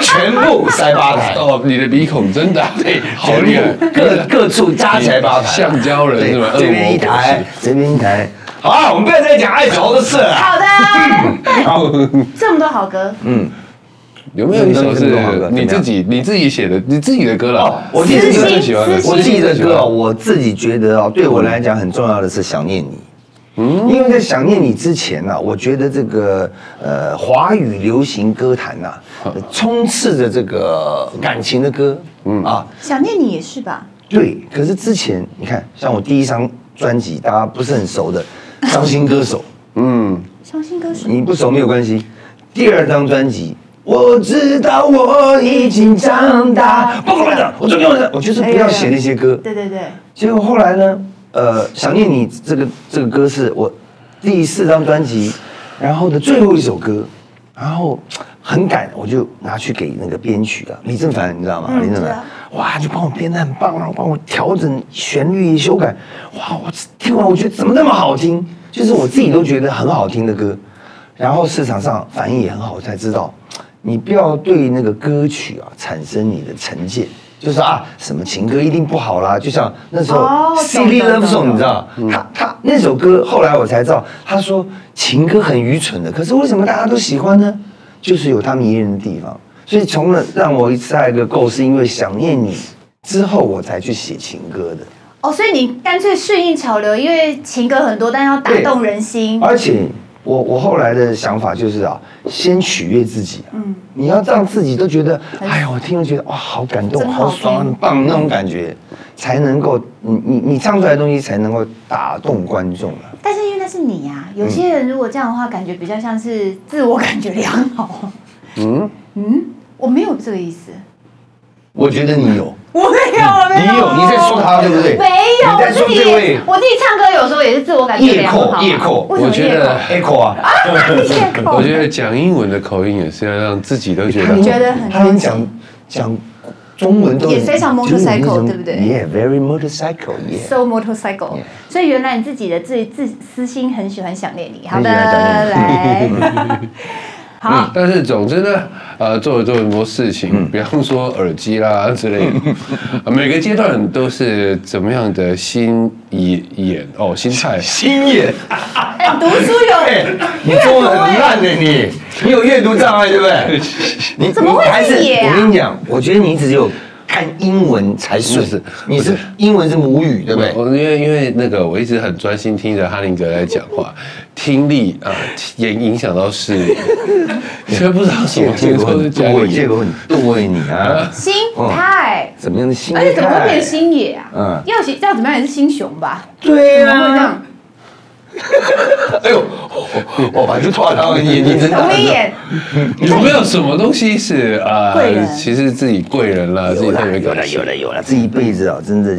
[SPEAKER 3] 全部塞八台，
[SPEAKER 2] 哦，你的鼻孔真的对，好厉害
[SPEAKER 3] 全，部各各处加起来八台，
[SPEAKER 2] 橡胶人
[SPEAKER 3] 对
[SPEAKER 2] 是吧
[SPEAKER 3] 这边一台，这边一台。好啊，我们不要再讲爱愁的事了。
[SPEAKER 4] 好的， 这么多好歌，
[SPEAKER 2] 有没有一首是你自己你自己写的你自己的歌
[SPEAKER 3] 哦
[SPEAKER 2] 了？
[SPEAKER 3] 我
[SPEAKER 2] 自
[SPEAKER 3] 记得
[SPEAKER 2] 己
[SPEAKER 3] 这个
[SPEAKER 2] 最喜欢的，
[SPEAKER 3] 我自己的歌哦，我自己觉得哦，对我来讲很重要的是想念你。嗯，因为在想念你之前呢、我觉得这个呃华语流行歌坛呐、呃充斥着这个感情的歌，嗯啊，
[SPEAKER 4] 想念你也是吧？
[SPEAKER 3] 对，可是之前你看，像我第一张专辑，大家不是很熟 的《伤心歌手
[SPEAKER 4] 伤心歌》，手，
[SPEAKER 3] 你不熟没有关系。第二张专辑，我知道我已经长大，不管了，我就给我的，我就是不要写那些歌。
[SPEAKER 4] 哎对对对，
[SPEAKER 3] 结果后来呢，呃，想念你这个这个歌是我第四张专辑，然后的最后一首歌，然后很赶，我就拿去给那个编曲啊，李正凡，你知道吗？
[SPEAKER 4] 嗯
[SPEAKER 3] 李正
[SPEAKER 4] 知
[SPEAKER 3] 凡
[SPEAKER 4] 道，
[SPEAKER 3] 哇，就帮我编的很棒，然后帮我调整旋律修改，哇，我听完我觉得怎么那么好听，就是我自己都觉得很好听的歌，然后市场上反应也很好，我才知道。你不要对那个歌曲啊产生你的成见，就是啊，什么情歌一定不好啦。就像那时候
[SPEAKER 4] 哦
[SPEAKER 3] 《
[SPEAKER 4] 懂
[SPEAKER 3] Silly
[SPEAKER 4] 懂
[SPEAKER 3] Love
[SPEAKER 4] 懂
[SPEAKER 3] Song》，你知道，啊他他那首歌，后来我才知道，他说情歌很愚蠢的，可是为什么大家都喜欢呢？就是有它迷人的地方。所以从了让我一次爱个够，是因为想念你之后，我才去写情歌的。
[SPEAKER 4] 哦，所以你干脆顺应潮流，因为情歌很多，但要打动人心。
[SPEAKER 3] 而且我我后来的想法就是啊，先取悦自己啊，你要让自己都觉得，哎呀，我听了觉得哇，好感动，
[SPEAKER 4] 真好
[SPEAKER 3] 好爽，
[SPEAKER 4] 听
[SPEAKER 3] 很棒那种感觉，才能够你你你唱出来的东西才能够打动观众啊。
[SPEAKER 4] 但是因为那是你呀、有些人如果这样的话，感觉比较像是自我感觉良好。
[SPEAKER 2] 嗯
[SPEAKER 4] 嗯，我没有这个意思，
[SPEAKER 3] 我觉得你有，
[SPEAKER 4] 我没有，我没
[SPEAKER 3] 你有，你在说他对不对？
[SPEAKER 4] 没有，
[SPEAKER 3] 你
[SPEAKER 4] 我
[SPEAKER 3] 在
[SPEAKER 4] 自
[SPEAKER 3] 说这
[SPEAKER 4] 己
[SPEAKER 3] 位
[SPEAKER 4] 我自己唱歌有时候也是自我感觉
[SPEAKER 3] 夜
[SPEAKER 4] 良
[SPEAKER 3] 寇
[SPEAKER 4] 好。，
[SPEAKER 3] 夜寇
[SPEAKER 4] 为什么
[SPEAKER 2] 我觉
[SPEAKER 4] 夜
[SPEAKER 2] 得
[SPEAKER 4] 口
[SPEAKER 3] ，echo 啊，
[SPEAKER 4] 夜口
[SPEAKER 2] 我觉得讲英文的口音也是要让自己都觉
[SPEAKER 3] 他
[SPEAKER 2] 得
[SPEAKER 3] 连
[SPEAKER 4] 觉得很
[SPEAKER 3] 他连
[SPEAKER 4] 高级
[SPEAKER 3] 讲讲中文都
[SPEAKER 4] 也非常 motorcycle，对不对
[SPEAKER 3] ？Yeah，very motorcycle，yeah。
[SPEAKER 4] So motorcycle，、所以原来你自己的自自私心很喜欢想念你。好的，
[SPEAKER 3] 很喜欢
[SPEAKER 4] 来，
[SPEAKER 2] 嗯
[SPEAKER 3] 嗯
[SPEAKER 4] 好，，
[SPEAKER 2] 但是总之呢，呃，做了做很多事情，比方说耳机啦之类的，
[SPEAKER 3] 嗯
[SPEAKER 2] 呃 每个阶段都是怎么样的心眼眼哦，心 态。
[SPEAKER 3] 心眼，
[SPEAKER 4] 哎、读书
[SPEAKER 3] 哎
[SPEAKER 4] 有，
[SPEAKER 3] 你中文很烂的你，你有阅读障碍对不对？你
[SPEAKER 4] 怎么会
[SPEAKER 3] 你还是
[SPEAKER 4] 是野啊
[SPEAKER 3] 我跟你讲，我觉得你只有看英文才顺
[SPEAKER 2] 不是，
[SPEAKER 3] 你是哦英文是母语对不对？
[SPEAKER 2] 我因为因为那个我一直很专心听着哈林哥在讲 话，听力啊也影响到视力，虽然不知道什么时候是
[SPEAKER 3] 对
[SPEAKER 2] 讲
[SPEAKER 3] 我
[SPEAKER 2] 英
[SPEAKER 3] 借
[SPEAKER 2] 文
[SPEAKER 3] 过你，对你啊，
[SPEAKER 4] 心态。
[SPEAKER 3] 怎么样的心态？
[SPEAKER 4] 而且怎么会变心野啊？
[SPEAKER 3] 嗯
[SPEAKER 4] 要写要怎么样也是心雄吧？
[SPEAKER 3] 对
[SPEAKER 4] 怎么会这样
[SPEAKER 3] 啊，？哎呦，哦我把这抓到你眼睛真的
[SPEAKER 4] 同一眼，
[SPEAKER 2] 有没有什么东西是啊
[SPEAKER 4] 贵人？
[SPEAKER 2] 其实自己贵人啦，自己
[SPEAKER 3] 有
[SPEAKER 2] 特
[SPEAKER 3] 了
[SPEAKER 2] 别
[SPEAKER 3] 有
[SPEAKER 2] 感
[SPEAKER 3] 了
[SPEAKER 2] 谢
[SPEAKER 3] 有。了有了，这一辈子啊，真的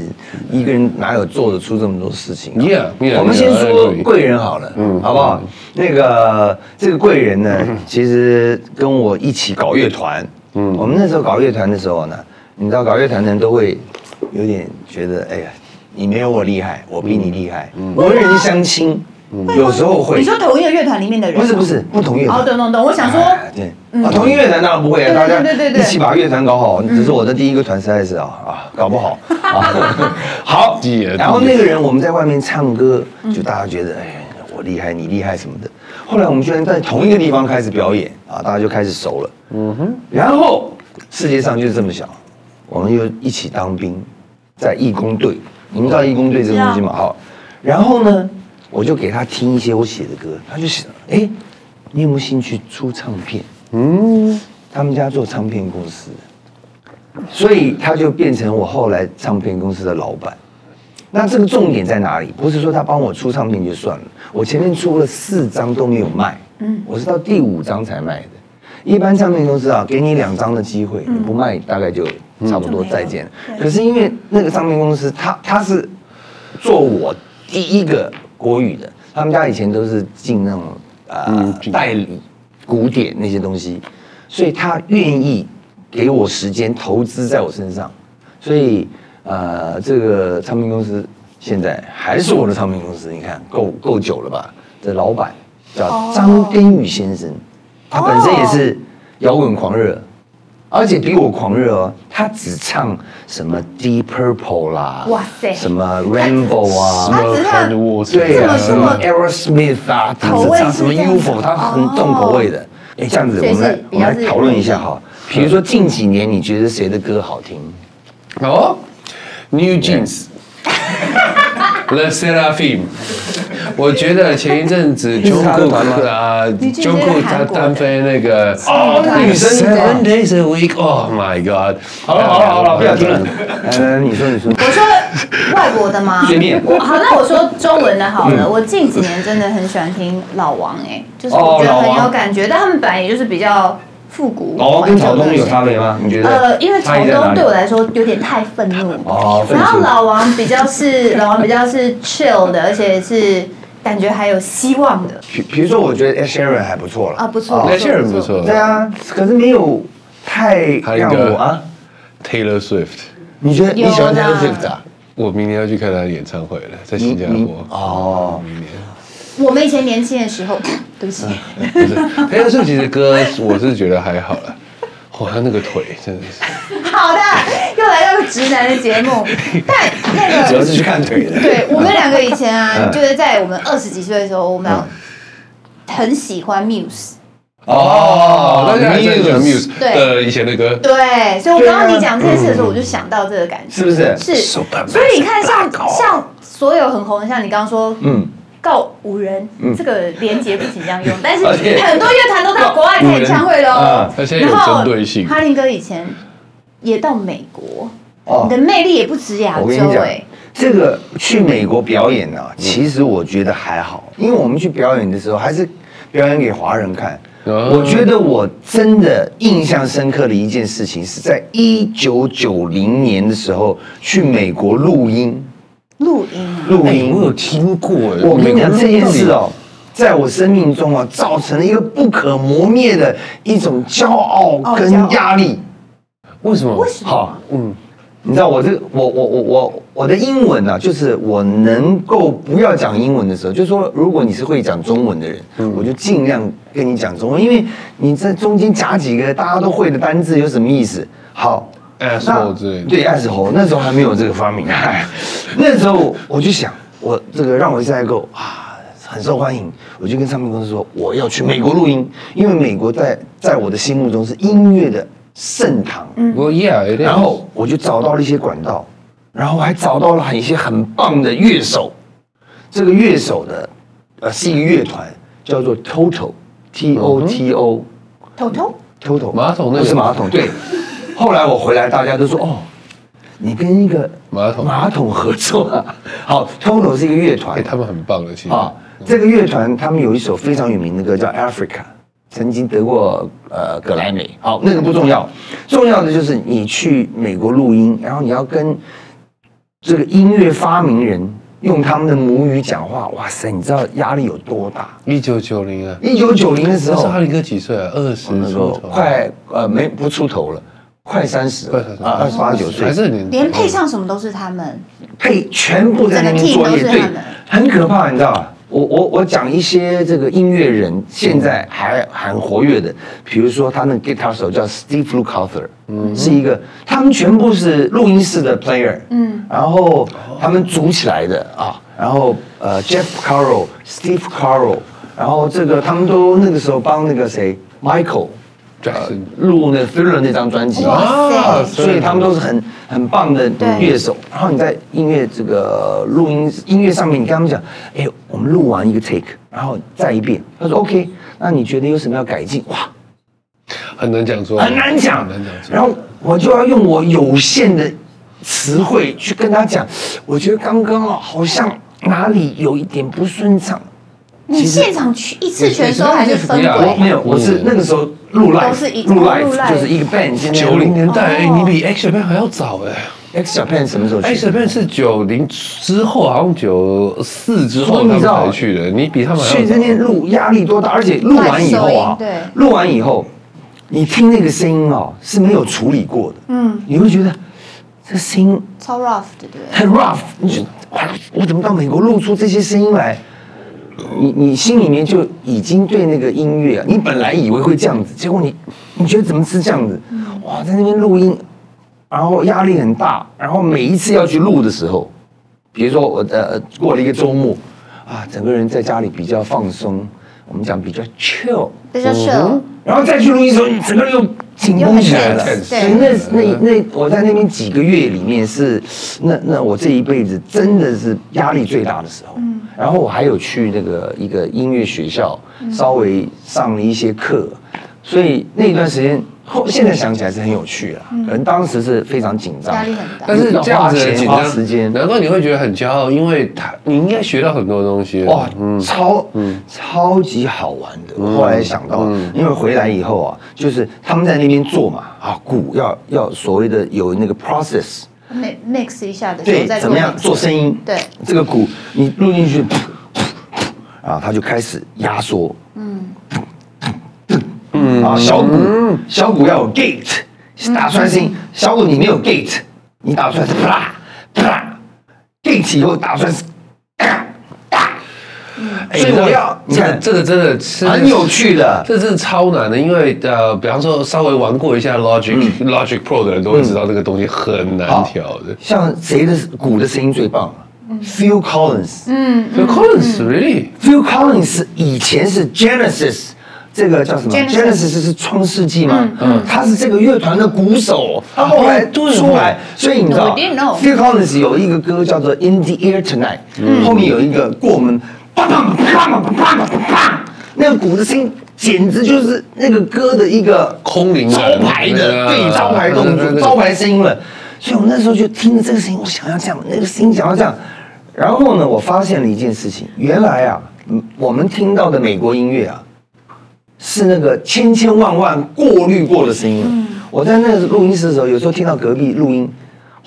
[SPEAKER 3] 一个人哪有做得出这么多事情、啊
[SPEAKER 2] Yeah, yeah,
[SPEAKER 3] 我们先
[SPEAKER 2] yeah, I
[SPEAKER 3] 说
[SPEAKER 2] agree.
[SPEAKER 3] 贵人好了，嗯，好不好？那个这个贵人呢，其实跟我一起搞乐团，嗯，我们那时候搞乐团的时候呢，你知道搞乐团的人都会有点觉得，哎呀，你没有我厉害，我比你厉害，文人相亲，有时候会
[SPEAKER 4] 你，说同一个乐团里面的人，
[SPEAKER 3] 不是不是不同乐团
[SPEAKER 4] 哦，懂懂懂，我想说，嗯
[SPEAKER 3] 哎对，啊，同一乐团当然不会啊，
[SPEAKER 4] 对
[SPEAKER 3] 大家
[SPEAKER 4] 对对对对
[SPEAKER 3] 一起把乐团搞好。只是我的第一个团实在是啊啊，搞不好。啊 好
[SPEAKER 2] 记也，
[SPEAKER 3] 嗯然后那个人我们在外面唱歌，就大家觉得哎。我我厉害，你厉害什么的。后来我们居然在同一个地方开始表演啊，大家就开始熟了。嗯哼，然后世界上就是这么小，我们又一起当兵，在义工队，你们知道义工队这个东西吗？好，然后呢，我就给他听一些我写的歌，他就想，哎，你有没有兴趣出唱片？嗯，他们家做唱片公司，所以他就变成我后来唱片公司的老板。那这个重点在哪里？不是说他帮我出唱片就算了，我前面出了四张都没有卖，嗯，我是到第五张才卖的。一般唱片公司啊，给你两张的机会，你不卖大概就差不多再见了。可是因为那个唱片公司，他他是做我第一个国语的，他们家以前都是进那种呃代理古典那些东西，所以他愿意给我时间投资在我身上，所以。呃，这个唱片公司现在还是我的唱片公司，你看够够久了吧？这老板叫张根宇先生，他本身也是摇滚狂热，而且比我狂热哦。他只唱什么 Deep Purple 啦，哇塞，什么 Rainbow 啊，
[SPEAKER 4] 他只唱
[SPEAKER 2] 哎
[SPEAKER 3] 对啊，
[SPEAKER 4] 这
[SPEAKER 3] 什
[SPEAKER 4] 么
[SPEAKER 3] 么 Aerosmith 啊，他只唱什么 UFO，他很重口味的。哎，这样子我们来我们来讨论一下哈，比如说近几年你觉得谁的歌好听？
[SPEAKER 2] 哦，New Jeans，The Seraphim，我觉得前一阵 子 j o k
[SPEAKER 3] 团
[SPEAKER 2] o 啊 j o k o 他单飞那个
[SPEAKER 3] 哦女生的
[SPEAKER 2] Seven Days a Week，Oh my God！好嗯了好了好了，
[SPEAKER 3] 不要 听了，来来呃来，你说你说，
[SPEAKER 4] 我说外国的 吗？
[SPEAKER 3] 随便
[SPEAKER 4] 我好，那我说中文的好了。我近几年真的很喜欢听老王、哎，就是
[SPEAKER 3] 嗯哦
[SPEAKER 4] 我觉得
[SPEAKER 3] 老
[SPEAKER 4] 很有
[SPEAKER 3] 王
[SPEAKER 4] 感觉，但他们本来也就是比较复古。
[SPEAKER 3] 老王跟
[SPEAKER 4] 怀旧
[SPEAKER 3] 草东
[SPEAKER 4] 路
[SPEAKER 3] 有
[SPEAKER 4] 线
[SPEAKER 3] 差别吗？你觉得？
[SPEAKER 4] 呃，因为朝
[SPEAKER 3] 差异在哪
[SPEAKER 4] 东
[SPEAKER 3] 里
[SPEAKER 4] 对我来说有点太愤怒，
[SPEAKER 3] 哦愤
[SPEAKER 4] 然后
[SPEAKER 3] 青
[SPEAKER 4] 老王比较是 老王比较是 chill 的，而且是感觉还有希望的
[SPEAKER 3] 比比如说，我觉得 Ed Sheeran 还不错了
[SPEAKER 4] 啊，不错，
[SPEAKER 3] 哦
[SPEAKER 4] 不
[SPEAKER 2] Ed
[SPEAKER 4] 错
[SPEAKER 2] Sheeran 不错
[SPEAKER 3] 对啊，可是没有太
[SPEAKER 2] 还有一
[SPEAKER 3] 让
[SPEAKER 2] 个
[SPEAKER 3] 我啊。
[SPEAKER 2] Taylor Swift，
[SPEAKER 3] 你觉得你喜欢
[SPEAKER 4] 有
[SPEAKER 3] Taylor
[SPEAKER 4] 啦
[SPEAKER 3] Swift 啊？
[SPEAKER 2] 我明年要去看他的演唱会了，在新加坡。
[SPEAKER 3] 哦，
[SPEAKER 4] 我们以前年轻的时候， 对不起，
[SPEAKER 2] 不是 Taylor Swift 其实歌我是觉得还好了，哇，他那个腿真的是。
[SPEAKER 4] 好的，又来到直男的节目，但那
[SPEAKER 3] 主要
[SPEAKER 4] 个
[SPEAKER 3] 是去看腿的。
[SPEAKER 4] 对我们两个以前
[SPEAKER 3] 嗯
[SPEAKER 4] 啊，就是在我们二十几岁的时候，我们俩很喜欢 Muse。
[SPEAKER 2] 哦，大家还是很喜欢
[SPEAKER 3] Muse
[SPEAKER 2] Muse
[SPEAKER 4] 对
[SPEAKER 2] 的以前的歌。
[SPEAKER 4] 对，所以我
[SPEAKER 3] 对
[SPEAKER 4] 刚
[SPEAKER 3] 啊
[SPEAKER 4] 刚你讲这件事的时候，我就想到这个感觉，
[SPEAKER 3] 是不是
[SPEAKER 4] 是，
[SPEAKER 3] Superman
[SPEAKER 4] 所以你看，像
[SPEAKER 3] Black Hole
[SPEAKER 4] 像所有很红的，像你刚刚说，嗯
[SPEAKER 3] 嗯，
[SPEAKER 4] 告五人这个连接不仅这样 用，但是
[SPEAKER 3] 而且
[SPEAKER 4] 很多乐团都到国外开演唱会喽
[SPEAKER 3] 啊，
[SPEAKER 2] 它现在
[SPEAKER 4] 然
[SPEAKER 2] 有
[SPEAKER 4] 后
[SPEAKER 2] 针对性
[SPEAKER 4] 哈林哥以前也到美国，
[SPEAKER 3] 哦
[SPEAKER 4] 你的魅力也不止亚
[SPEAKER 3] 我
[SPEAKER 4] 洲
[SPEAKER 3] 跟你讲
[SPEAKER 4] 哎，，
[SPEAKER 3] 这个去美国表演啊，其实我觉得还好，因为我们去表演的时候还是表演给华人看。
[SPEAKER 2] 哦
[SPEAKER 3] 我觉得我真的印象深刻的一件事情是在一九九零年的时候去美国录音，
[SPEAKER 4] 录音啊，
[SPEAKER 3] 录
[SPEAKER 2] 哎
[SPEAKER 3] 音。
[SPEAKER 2] 我有听过哎，
[SPEAKER 3] 我跟你讲这件事
[SPEAKER 2] 哦。
[SPEAKER 3] 哦，在我生命中啊，造成了一个不可磨灭的一种骄傲跟压力。
[SPEAKER 2] 为什么？
[SPEAKER 4] 为什么？
[SPEAKER 3] 嗯，你知道我这个我我我我我的英文啊，就是我能够不要讲英文的时候，就是说如果你是会讲中文的人，
[SPEAKER 2] 嗯
[SPEAKER 3] 我就尽量跟你讲中文，因为你这中间夹几个大家都会的单字有什么意思？好。
[SPEAKER 2] Asshole 之类的
[SPEAKER 3] 对，asshole，那时候还没有这个发明， 那时候我就想，我这个让我现在够啊，很受欢迎，我就跟唱片公司说我要去美国录音，因为美国在在我的心目中是音乐的盛唐，
[SPEAKER 2] 我 yeah，
[SPEAKER 3] 然后我就找到了一些管道，然后还找到了一些很棒的乐手。这个乐手的，呃，是一个乐团，叫做 Toto，T O T O，Toto、
[SPEAKER 4] 头头
[SPEAKER 3] Toto
[SPEAKER 2] 马桶那个
[SPEAKER 3] 不是马桶，对。后来我回来，大家都说哦，你跟一个
[SPEAKER 2] 马桶
[SPEAKER 3] 马桶合作啊？好，Toto 是一个乐团，
[SPEAKER 2] 哎，他们很棒的，其实
[SPEAKER 3] 啊，这个乐团他们有一首非常有名的歌叫《Africa》，曾经得过呃格莱美。好，那个不重要，重要的就是你去美国录音，然后你要跟这个音乐发明人用他们的母语讲话。哇塞，你知道压力有多大？
[SPEAKER 2] 一九九零啊，
[SPEAKER 3] 一九九零的时
[SPEAKER 2] 那时
[SPEAKER 3] 候
[SPEAKER 2] 候，哈林哥几岁啊？二十
[SPEAKER 3] 那时
[SPEAKER 2] 出
[SPEAKER 3] 候
[SPEAKER 2] 头，
[SPEAKER 3] 快呃没不出头了。快三十
[SPEAKER 2] 快30了
[SPEAKER 3] 啊，二十八九岁，
[SPEAKER 2] 还是很年轻
[SPEAKER 4] 连配上什么都是他们，
[SPEAKER 3] 配全部在那边作业，
[SPEAKER 4] 整个 team 都是
[SPEAKER 3] 对
[SPEAKER 4] 他们，
[SPEAKER 3] 很可怕，你知道吧？我我我讲一些这个音乐人现在还很活跃的，比如说他那个 guitar 手叫 Steve Lukather，嗯，是一个，他们全部是录音室的 player，嗯，然后他们组起来的啊，然后呃 Jeff Carroll、Steve Carroll，然后这个他们都那个时候帮那个谁 Michael。呃
[SPEAKER 2] Jackson，
[SPEAKER 3] 录那 Thriller 那张专辑，
[SPEAKER 2] 啊
[SPEAKER 5] 哇塞
[SPEAKER 3] 所以他们都是很很棒的乐手。然后你在音乐这个录音音乐上面，你跟他们讲，哎，我们录完一个 take，然后再一遍。他说 OK，那你觉得有什么要改进？哇，
[SPEAKER 2] 很难讲出来，
[SPEAKER 3] 很难讲
[SPEAKER 2] 很难讲。出来。
[SPEAKER 3] 然后我就要用我有限的词汇去跟他讲，我觉得刚刚好像哪里有一点不顺畅。
[SPEAKER 1] 你现场去一次全收还是分
[SPEAKER 2] 你是
[SPEAKER 3] 我
[SPEAKER 2] 你
[SPEAKER 1] 轨？
[SPEAKER 3] 没有，我是那个时候录
[SPEAKER 1] 都是一
[SPEAKER 3] live，录
[SPEAKER 1] 录
[SPEAKER 3] live
[SPEAKER 1] live
[SPEAKER 3] 就是一个 band，今天
[SPEAKER 2] 九零年代，哎，你比 X Japan 还要早哎。
[SPEAKER 3] X Japan 什么时候去
[SPEAKER 2] X Japan 哎是九零之后，好像九四之后
[SPEAKER 3] 所
[SPEAKER 2] 他
[SPEAKER 3] 以你
[SPEAKER 2] 们
[SPEAKER 3] 知道
[SPEAKER 2] 才去的，你比他们还
[SPEAKER 3] 所
[SPEAKER 2] 要
[SPEAKER 3] 以
[SPEAKER 2] 早
[SPEAKER 3] 那。天录压力多大，而且录完以后
[SPEAKER 1] 乱收
[SPEAKER 3] 啊
[SPEAKER 1] 音对，
[SPEAKER 3] 录完以后，你听那个声音哦是没有处理过的，嗯，你会觉得这声音
[SPEAKER 1] 超 rough 的，对不对？
[SPEAKER 3] 很 rough，你就哇，我怎么到美国录出这些声音来？你你心里面就已经对那个音乐、啊，你本来以为会这样子，结果你你觉得怎么是这样子？哇，在那边录音，然后压力很大，然后每一次要去录的时候，比如说我呃过了一个周末，啊，整个人在家里比较放松，我们讲比较 chill，嗯
[SPEAKER 1] 比较 chill，
[SPEAKER 3] 然后再去录音的时候，你整个人又紧绷起来了。
[SPEAKER 1] 又很 tense，
[SPEAKER 3] 所
[SPEAKER 1] 对
[SPEAKER 3] 以那那那我在那边几个月里面是，那那我这一辈子真的是压力最大的时候。
[SPEAKER 1] 嗯
[SPEAKER 3] 然后我还有去那个一个音乐学校，
[SPEAKER 1] 嗯
[SPEAKER 3] 稍微上了一些课，所以那段时间后现在想起来是很有趣啊，可能当时是非常紧张，
[SPEAKER 1] 嗯压力很大
[SPEAKER 2] 但是这样子
[SPEAKER 3] 要花
[SPEAKER 2] 的
[SPEAKER 3] 钱
[SPEAKER 2] 紧
[SPEAKER 3] 花时间
[SPEAKER 2] 张，，难怪你会觉得很骄傲，因为他你应该学到很多东西。
[SPEAKER 3] 哇
[SPEAKER 2] 哇，，嗯，嗯
[SPEAKER 3] 超超级好玩的。我后来想到，因为回来以后啊，就是他们在那边做嘛，啊，鼓要要所谓的有那个 process，
[SPEAKER 1] mix mix 一下的时
[SPEAKER 3] 对
[SPEAKER 1] 候再，
[SPEAKER 3] 怎么样做声音？
[SPEAKER 1] 对，
[SPEAKER 3] 这个鼓你录进去，噗噗噗啊，它就开始压缩，嗯，嗯啊，小鼓小鼓要有 gate，打出来声音，小鼓你没有 gate，你打出来是啪啦啪啦，gate 以后打出来是嘎嘎，所以我要
[SPEAKER 2] 哎你
[SPEAKER 3] 你
[SPEAKER 2] 看
[SPEAKER 3] 看
[SPEAKER 2] 这个真的是
[SPEAKER 3] 很有趣的，
[SPEAKER 2] 这真的超难的，因为呃，比方说稍微玩过一下 Logic、Logic
[SPEAKER 3] 嗯
[SPEAKER 2] Pro 的人都会知道那个东西很难调的。
[SPEAKER 3] 像谁的鼓的声音最棒？Phil 啊 Collins，嗯
[SPEAKER 2] 所以 Collins really，
[SPEAKER 3] Phil Collins 以前是 Genesis。这个叫什么
[SPEAKER 1] Genesis
[SPEAKER 3] ？Genesis 是创世纪嘛？嗯，他是这个乐团的鼓手，他后来
[SPEAKER 2] 对
[SPEAKER 3] 出来，所以你知道
[SPEAKER 1] No, we 哦 didn't know
[SPEAKER 3] ，Phil Collins 有一个歌叫做《In the Air Tonight》，后面有一个过门，砰砰砰砰砰砰砰，那个鼓的声音简直就是那个歌的一个
[SPEAKER 2] 空灵
[SPEAKER 3] 招
[SPEAKER 2] 感
[SPEAKER 3] 牌的，
[SPEAKER 2] 对
[SPEAKER 3] 对
[SPEAKER 2] 啊
[SPEAKER 3] 招牌动
[SPEAKER 2] 对对
[SPEAKER 3] 作、
[SPEAKER 2] 对
[SPEAKER 3] 招牌声音了。所以我那时候就听着这个声音，我想要这样，那个声音想要这样。然后呢，我发现了一件事情，原来啊，嗯我们听到的美国音乐啊，是那个千千万万过滤过的声音。我在那个录音室的时候，有时候听到隔壁录音。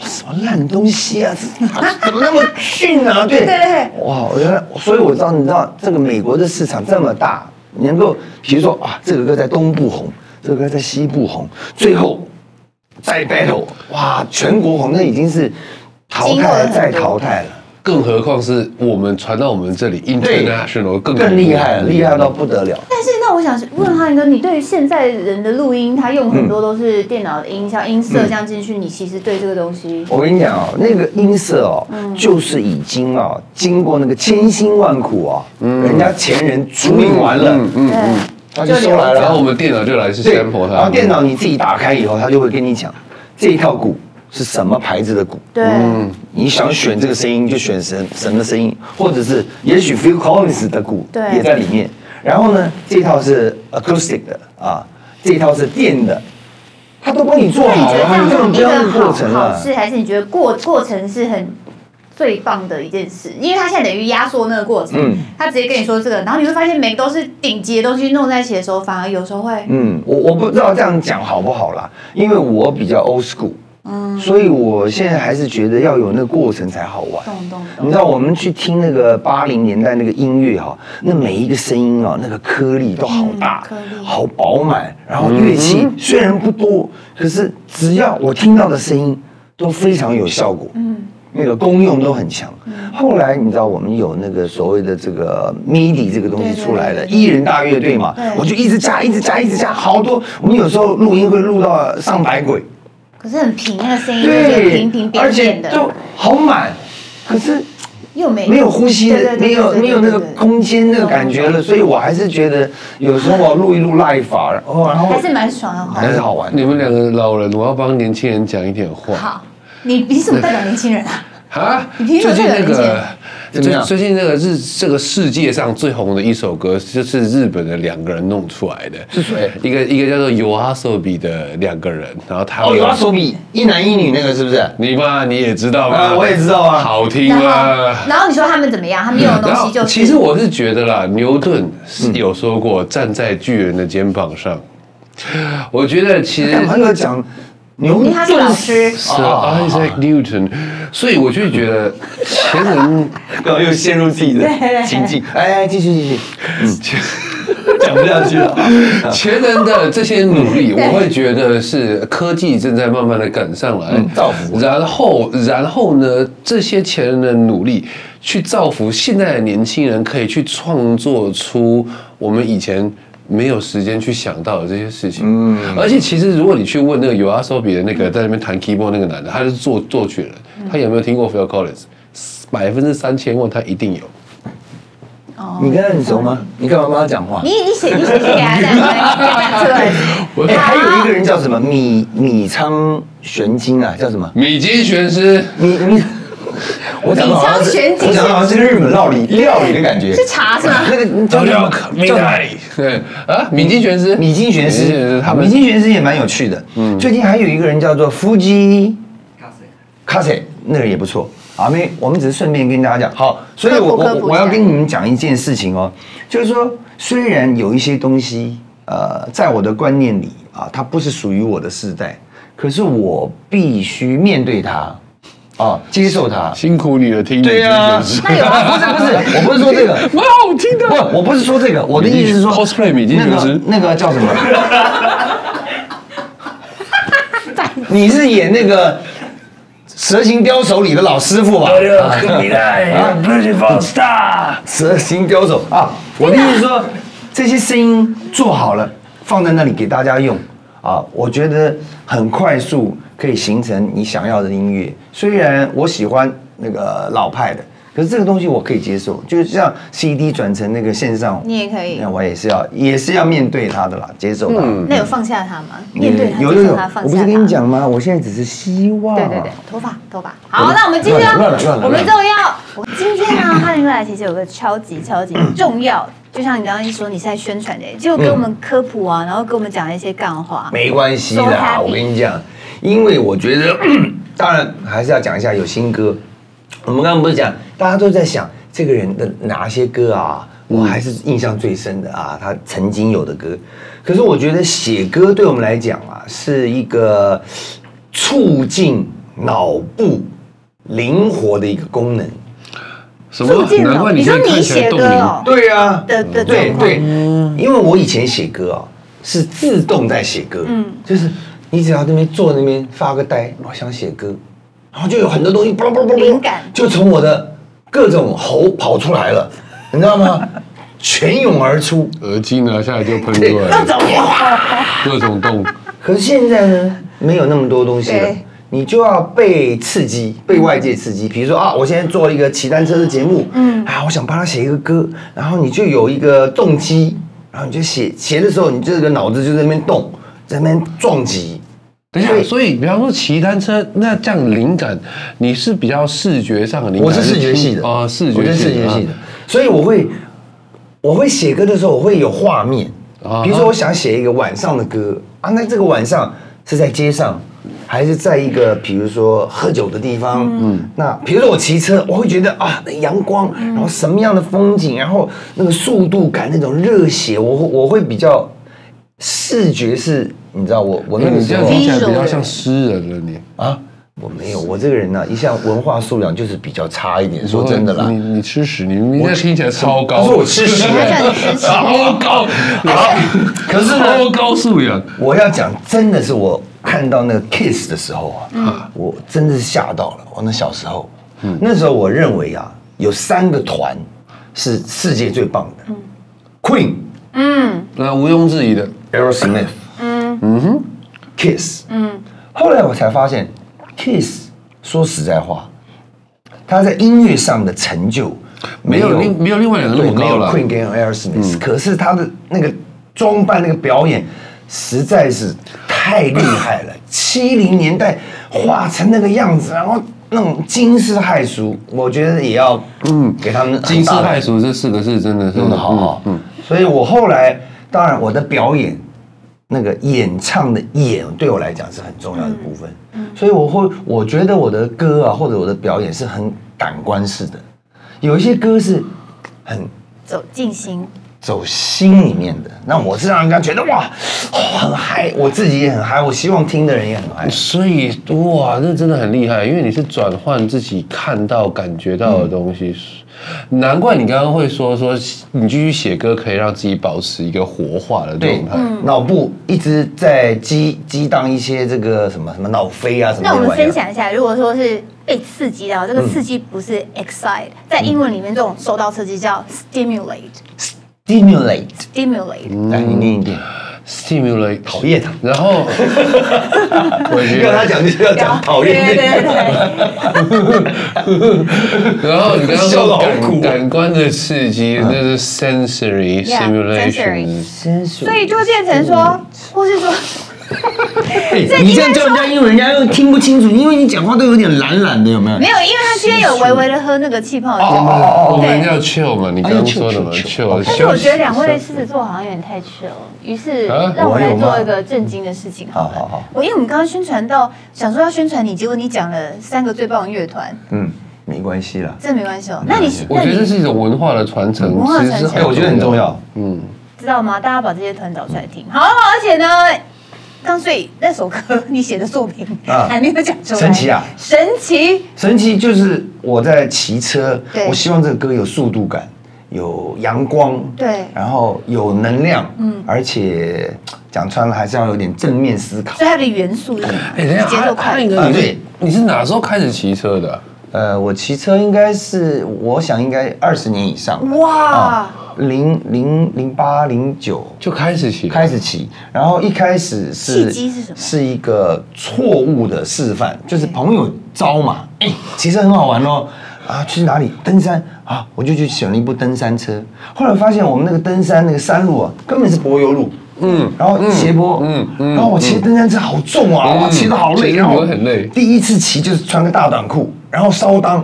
[SPEAKER 3] 哇，什么烂东西啊！ 这怎么那么逊啊？对，
[SPEAKER 1] 对
[SPEAKER 3] 哇，我原来，所以我知道，你知道这个美国的市场这么大，你能够比如说啊，这个歌在东部红，这个歌在西部红，最后再 battle，哇，全国红，那已经是淘
[SPEAKER 1] 经过了
[SPEAKER 3] 汰
[SPEAKER 1] 很多
[SPEAKER 3] 再淘汰了，
[SPEAKER 2] 更何况是我们传到我们这里 international 更
[SPEAKER 3] 更厉害了，厉害到不得了。
[SPEAKER 1] 但是那我想问哈林哥，你对于现在人的录音，他用很多都是电脑的音效、音色这样进去，你其实对这个东西
[SPEAKER 3] 我跟你讲哦，那个音色哦，就是已经哦，经过那个千辛万苦哦，人家前人处理完了，
[SPEAKER 1] 对
[SPEAKER 3] 他嗯就收来了。
[SPEAKER 2] 然后我们电脑就来是
[SPEAKER 3] 对
[SPEAKER 2] sample 它，
[SPEAKER 3] 然后电脑你自己打开以后，他就会跟你讲这一套鼓是什么牌子的鼓。
[SPEAKER 1] 对，
[SPEAKER 3] 你想选这个声音就选什什么声音，或者是也许 Phil Collins 的鼓
[SPEAKER 1] 对
[SPEAKER 3] 也在里面。然后呢，这一套是 acoustic 的啊，这一套是电的，他都帮你做
[SPEAKER 1] 那你
[SPEAKER 3] 好
[SPEAKER 1] 觉得
[SPEAKER 3] 了，
[SPEAKER 1] 这样
[SPEAKER 3] 你
[SPEAKER 1] 是
[SPEAKER 3] 这
[SPEAKER 1] 一个
[SPEAKER 3] 样的
[SPEAKER 1] 好
[SPEAKER 3] 过程
[SPEAKER 1] 好
[SPEAKER 3] 啊。
[SPEAKER 1] 事，还是你觉得过过程是很最棒的一件事？因为他现在等于压缩那个过程，
[SPEAKER 3] 嗯
[SPEAKER 1] 他直接跟你说这个，然后你会发现每个都是顶级的东西弄在一起的时候，反而有时候会
[SPEAKER 3] 嗯，我我不知道这样讲好不好啦，因为我比较 old school，嗯，所以我现在还是觉得要有那个过程才好玩。
[SPEAKER 1] 动动动。
[SPEAKER 3] 你知道我们去听那个八零年代那个音乐哈、那每一个声音啊，那个颗粒都好大，
[SPEAKER 1] 嗯颗粒
[SPEAKER 3] 好饱满。然后乐器虽然不多，可是只要我听到的声音都非常有效果，嗯，那个功用都很强。
[SPEAKER 1] 嗯
[SPEAKER 3] 后来你知道我们有那个所谓的这个 MIDI 这个东西出来了，
[SPEAKER 1] 对对对
[SPEAKER 3] 一人大乐队嘛
[SPEAKER 1] 对，
[SPEAKER 3] 我就一直加，一直加，一直加，好多。我们有时候录音会录到上百轨。
[SPEAKER 1] 可是很平，那个声音就是
[SPEAKER 3] 对，
[SPEAKER 1] 平平扁
[SPEAKER 3] 而且
[SPEAKER 1] 扁的，
[SPEAKER 3] 就好满。可是
[SPEAKER 1] 又没
[SPEAKER 3] 没有呼吸
[SPEAKER 1] 对对
[SPEAKER 3] 的，
[SPEAKER 1] 对
[SPEAKER 3] 没有
[SPEAKER 1] 对对
[SPEAKER 3] 没有那个
[SPEAKER 1] 对对
[SPEAKER 3] 空间那个感觉了，所以我还是觉得有时候我录一录 live 法，哦，然后
[SPEAKER 1] 还是蛮爽的哈
[SPEAKER 3] 还。是好玩。
[SPEAKER 2] 你们两个老人，我要帮年轻人讲一点话。
[SPEAKER 1] 好，你凭什么代表年轻人啊？
[SPEAKER 2] 啊，
[SPEAKER 1] 你凭什么
[SPEAKER 2] 最近
[SPEAKER 1] 这
[SPEAKER 2] 那
[SPEAKER 1] 个
[SPEAKER 2] 个
[SPEAKER 3] 怎么
[SPEAKER 2] 最
[SPEAKER 3] 样
[SPEAKER 2] 最近那个日这个世界上最红的一首歌，就是日本的两个人弄出来的。
[SPEAKER 3] 是谁
[SPEAKER 2] 一个一个叫做 YOASOBI 的两个人，然后他
[SPEAKER 3] 哦，
[SPEAKER 2] 们
[SPEAKER 3] 有拉手笔，一男一女那个是不是？
[SPEAKER 2] 你嘛你也知道嘛，
[SPEAKER 3] 啊我也知道啊
[SPEAKER 2] 好听
[SPEAKER 1] 然后
[SPEAKER 2] 啊，。
[SPEAKER 1] 然后你说他们怎么样？他们用的东
[SPEAKER 2] 然后
[SPEAKER 3] 嗯
[SPEAKER 1] 西就是
[SPEAKER 2] 其实我是觉得啦，牛顿是有说过站在巨人的肩膀上。我觉得其实
[SPEAKER 3] 干嘛啊要讲牛
[SPEAKER 1] 因为他是
[SPEAKER 3] 顿
[SPEAKER 1] 老师
[SPEAKER 2] 是 Isaac Newton，所以我就觉得前人
[SPEAKER 3] 然后又陷入 自己的情境。哎，继续继续，嗯， 讲不下去了。
[SPEAKER 2] 前人的这些努 力，我会觉得是科技正在慢慢的赶上来
[SPEAKER 3] 嗯，造福
[SPEAKER 2] 然后，然后呢，这些前人的努力去造福现在的年轻人，可以去创作出我们以前。没有时间去想到的这些事情，嗯，而且其实如果你去问那个有阿索比的那个在那边弹 keyboard 那个男的，他是作作曲人，
[SPEAKER 3] 嗯
[SPEAKER 2] 他有没有听过 Phil Collins？百分之三千万他一定有。
[SPEAKER 3] 你跟他很熟吗？你干嘛帮他讲话？
[SPEAKER 1] 你你写你写去给他站出来，你给他站出来。
[SPEAKER 3] 哎，还有一个人叫什么米米仓玄晶啊，叫什么？
[SPEAKER 2] 米津玄师，
[SPEAKER 3] 米米，我讲的好像
[SPEAKER 1] 米仓
[SPEAKER 3] 是
[SPEAKER 1] 玄晶
[SPEAKER 3] 我讲的好像是日本料理料理的感觉。
[SPEAKER 1] 是茶是吗？
[SPEAKER 3] 那个叫什么叫什么
[SPEAKER 2] 对啊，米津玄师，
[SPEAKER 3] 米津玄
[SPEAKER 2] 米津玄
[SPEAKER 3] 师
[SPEAKER 2] 师，他
[SPEAKER 3] 米
[SPEAKER 2] 们
[SPEAKER 3] 津玄师也蛮有趣的。
[SPEAKER 1] 嗯
[SPEAKER 3] 最近还有一个人叫做 Fuji 卡塞，那个也不错。啊，没，我们只是顺便跟大家讲。好，所以我
[SPEAKER 1] 科普科
[SPEAKER 3] 我
[SPEAKER 1] 普
[SPEAKER 3] 我要
[SPEAKER 1] 一下
[SPEAKER 3] 跟你们讲一件事情哦，就是说，虽然有一些东西，呃，在我的观念里啊，它不是属于我的世代，可是我必须面对它，啊，接受它。
[SPEAKER 2] 辛苦你了，听
[SPEAKER 3] 对啊呀、
[SPEAKER 2] 米津玄师
[SPEAKER 3] 不是不是，我不是说这个，
[SPEAKER 2] 蛮好听的。
[SPEAKER 3] 不，我不是说这个，我的意思是说
[SPEAKER 2] cosplay 米津
[SPEAKER 3] 那
[SPEAKER 2] 玄
[SPEAKER 3] 个
[SPEAKER 2] 师
[SPEAKER 3] 那个叫什么？你是演那个《蛇形刁手》里的老师傅吧？啊蛇形刁手啊！我的意思说，这些声音做好了，放在那里给大家用啊，我觉得很快速可以形成你想要的音乐。虽然我喜欢那个老派的，可是这个东西我可以接受，就像 CD 转成那个线上，
[SPEAKER 1] 你也可以
[SPEAKER 3] 那我也是要也是要面对它的啦，接受它。
[SPEAKER 4] 嗯
[SPEAKER 1] 那有放下他吗？面对他，
[SPEAKER 3] 有
[SPEAKER 1] 接
[SPEAKER 3] 有
[SPEAKER 1] 受
[SPEAKER 3] 有
[SPEAKER 1] 他，放
[SPEAKER 3] 我
[SPEAKER 1] 下
[SPEAKER 3] 不
[SPEAKER 1] 他。
[SPEAKER 3] 是跟你讲吗？我现在只是希望，啊
[SPEAKER 1] 对对对，头发头发。好，那我们今天
[SPEAKER 3] 哦乱了乱了乱了
[SPEAKER 1] 我们重要，我今天呢，哈林哥来其实有个超级超级重要，就像你刚刚一说你是在宣传的，就给我们科普啊，然后给我们讲了一些干话。
[SPEAKER 3] 没关系
[SPEAKER 1] So
[SPEAKER 3] 啦，
[SPEAKER 1] happy
[SPEAKER 3] 我跟你讲，因为我觉得， 当然还是要讲一下有新歌。我们刚刚不是讲，大家都在想这个人的哪些歌啊，我还是印象最深的啊，他曾经有的歌。可是我觉得写歌对我们来讲啊，是一个促进脑部灵活的一个功能。
[SPEAKER 2] 什
[SPEAKER 1] 促进
[SPEAKER 2] 难
[SPEAKER 1] 了
[SPEAKER 2] 怪，
[SPEAKER 1] 你说
[SPEAKER 2] 现在
[SPEAKER 1] 你
[SPEAKER 2] 看起来
[SPEAKER 1] 写
[SPEAKER 2] 动
[SPEAKER 1] 歌哦
[SPEAKER 2] 灵。
[SPEAKER 3] 对啊，
[SPEAKER 1] 的的
[SPEAKER 3] 对
[SPEAKER 1] 状况
[SPEAKER 3] 对，因为我以前写歌啊，是自动在写歌，嗯，就是你只要那边坐那边发个呆，我想写歌，然后就有很多东西，嘣嘣嘣嘣
[SPEAKER 1] 灵感
[SPEAKER 3] 就从我的各种喉跑出来了，你知道吗？泉涌而出。
[SPEAKER 2] 耳机拿下来就喷出来了，各种 动。
[SPEAKER 3] 可是现在呢，没有那么多东西了
[SPEAKER 1] 对，
[SPEAKER 3] 你就要被刺激，被外界刺激。比如说啊，我现在做了一个骑单车的节目，嗯，啊，我想帮他写一个歌，然后你就有一个动机，然后你就写写的时候，你这个脑子就在那边动，在那边撞击。
[SPEAKER 2] 等一下，所以比方说骑单车，那这样灵感，你是比较视觉上的灵感，
[SPEAKER 3] 我是视觉系的
[SPEAKER 2] 啊，视
[SPEAKER 3] 我
[SPEAKER 2] 觉
[SPEAKER 3] 是
[SPEAKER 2] 系
[SPEAKER 3] 视觉系的
[SPEAKER 2] 啊，
[SPEAKER 3] 所以我会我会写歌的时候，我会有画面
[SPEAKER 2] 啊。
[SPEAKER 3] 比如说，我想写一个晚上的歌啊，那这个晚上是在街上，还是在一个比如说喝酒的地方？嗯，那比如说我骑车，我会觉得啊，那阳光，
[SPEAKER 2] 嗯
[SPEAKER 3] 然后什么样的风景，然后那个速度感，那种热血，我会我会比较视觉是，你知道我我那
[SPEAKER 2] 那
[SPEAKER 3] 个
[SPEAKER 2] 哎你
[SPEAKER 3] 时
[SPEAKER 2] 这
[SPEAKER 3] 候
[SPEAKER 2] 样听起来比较像诗人了，你。
[SPEAKER 3] 啊。我没有，我这个人呢、一向文化素养就是比较差一点。说真的啦，
[SPEAKER 2] 你你吃屎，你你这听起来超高。
[SPEAKER 3] 他说我吃屎
[SPEAKER 1] 他叫你吃屎
[SPEAKER 2] 超高，
[SPEAKER 3] 可是呢
[SPEAKER 2] 超高素养。
[SPEAKER 3] 我要讲，真的是我看到那个 kiss 的时候啊，我真的是吓到了。我那小时候，那时候我认为啊，有三个团是世界最棒的、q u e e n 呃
[SPEAKER 2] 那毋庸置疑的，
[SPEAKER 3] Aerosmith，嗯哼，Kiss，嗯，后来我才发现，Kiss 说实在话，他在音乐上的成就
[SPEAKER 2] 没有另没有另外两个那
[SPEAKER 3] 对
[SPEAKER 2] 么
[SPEAKER 3] 没
[SPEAKER 2] 高
[SPEAKER 3] 有
[SPEAKER 2] 了。嗯
[SPEAKER 3] Queen 跟 Aerosmith，、可是他的那个装扮那个表演实在是太厉害 了。七零年代画成那个样子，然后那种惊世骇俗，我觉得也要嗯给他们很大的
[SPEAKER 2] 惊世骇俗这四个字真的是
[SPEAKER 3] 真的好好。嗯，所以我后来，当然我的表演，那个演唱的演对我来讲是很重要的部分。
[SPEAKER 4] 嗯
[SPEAKER 3] 所以我会，我觉得我的歌啊，或者我的表演是很感官式的，有一些歌是很
[SPEAKER 4] 走进心，
[SPEAKER 3] 走心里面的，那我是让人家觉得哇，哦很嗨，我自己也很嗨，我希望听的人也很嗨。
[SPEAKER 2] 所以哇，这真的很厉害，因为你是转换自己看到、感觉到的东西，难怪你刚刚会说说你继续写歌可以让自己保持一个活化的
[SPEAKER 3] 对
[SPEAKER 2] 状态。，
[SPEAKER 4] 嗯
[SPEAKER 3] 脑部一直在激激荡一些这个什么什么脑飞啊什么
[SPEAKER 4] 那
[SPEAKER 3] 那
[SPEAKER 4] 我
[SPEAKER 3] 玩意儿。
[SPEAKER 4] 们分享一下，如果说是被刺激到，这个刺激不是 excite，、在
[SPEAKER 3] 嗯
[SPEAKER 4] 英文里面这种受到刺激叫 stimulate，stimulate。
[SPEAKER 3] stimulate，来你念一遍，
[SPEAKER 2] Stimulate，
[SPEAKER 3] 讨厌他。
[SPEAKER 2] 然后 我觉
[SPEAKER 3] 跟他
[SPEAKER 2] 得，
[SPEAKER 3] 讲就是要讲讨厌
[SPEAKER 4] 对
[SPEAKER 3] 那
[SPEAKER 4] 对
[SPEAKER 3] 个。
[SPEAKER 4] 对，
[SPEAKER 2] 然后你刚刚
[SPEAKER 3] 笑得
[SPEAKER 2] 说
[SPEAKER 3] 好苦
[SPEAKER 2] 感
[SPEAKER 3] 哦
[SPEAKER 2] 感官的刺激，那是 sensory
[SPEAKER 4] Yeah，
[SPEAKER 2] stimulation
[SPEAKER 4] sensory。
[SPEAKER 3] 真是
[SPEAKER 4] 所以就变成说，
[SPEAKER 3] 嗯
[SPEAKER 4] 或是说，
[SPEAKER 3] 你这样叫人家英文，人家又听不清楚，因为你讲话都有点懒懒的，有没有？
[SPEAKER 4] 没有，因为他今天有微微的喝那个气
[SPEAKER 3] 哦
[SPEAKER 4] 泡酒。
[SPEAKER 2] 哦我
[SPEAKER 4] 对
[SPEAKER 2] 们要 chill 嘛，你刚刚说的嘛
[SPEAKER 3] 哎，chill，
[SPEAKER 2] ，chill。
[SPEAKER 3] chill，chill
[SPEAKER 6] 但是我觉得两位狮子座好像有点太 chill，了于是
[SPEAKER 2] 啊
[SPEAKER 6] 让我
[SPEAKER 3] 我
[SPEAKER 6] 来
[SPEAKER 3] 有吗
[SPEAKER 6] 做一个震惊的事情好
[SPEAKER 3] 好
[SPEAKER 6] 了。
[SPEAKER 3] 好好，
[SPEAKER 4] 我因为我们刚刚宣传到，想说要宣传你，结果你讲了三个最棒的乐团，
[SPEAKER 3] 嗯，没关系啦。
[SPEAKER 4] 这没关系哦。那你
[SPEAKER 2] 我
[SPEAKER 4] 那
[SPEAKER 2] 觉得这
[SPEAKER 4] 你
[SPEAKER 2] 是一种文化的传承，
[SPEAKER 4] 文化
[SPEAKER 2] 其实是
[SPEAKER 4] 传承
[SPEAKER 3] 哎，我觉得很重。要。
[SPEAKER 4] 知道吗？大家把这些团找出来听。好，而且呢，刚所以那首歌你写的作品
[SPEAKER 3] 啊
[SPEAKER 4] 还没有讲出来，
[SPEAKER 3] 神奇啊
[SPEAKER 4] 神奇，
[SPEAKER 3] 神奇就是我在骑车
[SPEAKER 4] 对，
[SPEAKER 3] 我希望这个歌有速度感，有阳光，
[SPEAKER 4] 对
[SPEAKER 3] 然后有能量，嗯，而且讲穿了还是要有点正面思考
[SPEAKER 4] 所。以它的元素是什
[SPEAKER 2] 哎，等一
[SPEAKER 4] 么？
[SPEAKER 2] 下，
[SPEAKER 4] 节奏快
[SPEAKER 2] 汉，哥，
[SPEAKER 3] 啊
[SPEAKER 2] 你是
[SPEAKER 3] 对
[SPEAKER 2] 你是哪时候开始骑车的啊？
[SPEAKER 3] 呃，我骑车应该是，我想应该二十年以上了，
[SPEAKER 4] 哇，
[SPEAKER 3] 啊零零零八零九
[SPEAKER 2] 就开始骑了，
[SPEAKER 3] 开始骑，然后一开始是
[SPEAKER 4] 契机是什么哎
[SPEAKER 3] 是一个错误的示范，就是朋友招嘛，哎、其实很好玩哦。啊，去哪里登山啊？我就去选了一部登山车。后来发现我们那个登山那个山路啊，根本是柏油路，嗯，然后斜坡，嗯，然后我骑登山车好重啊，哇，骑得好累，
[SPEAKER 2] 骑得
[SPEAKER 3] 然后
[SPEAKER 2] 很累
[SPEAKER 3] 第一次骑就是穿个大短裤，然后烧裆，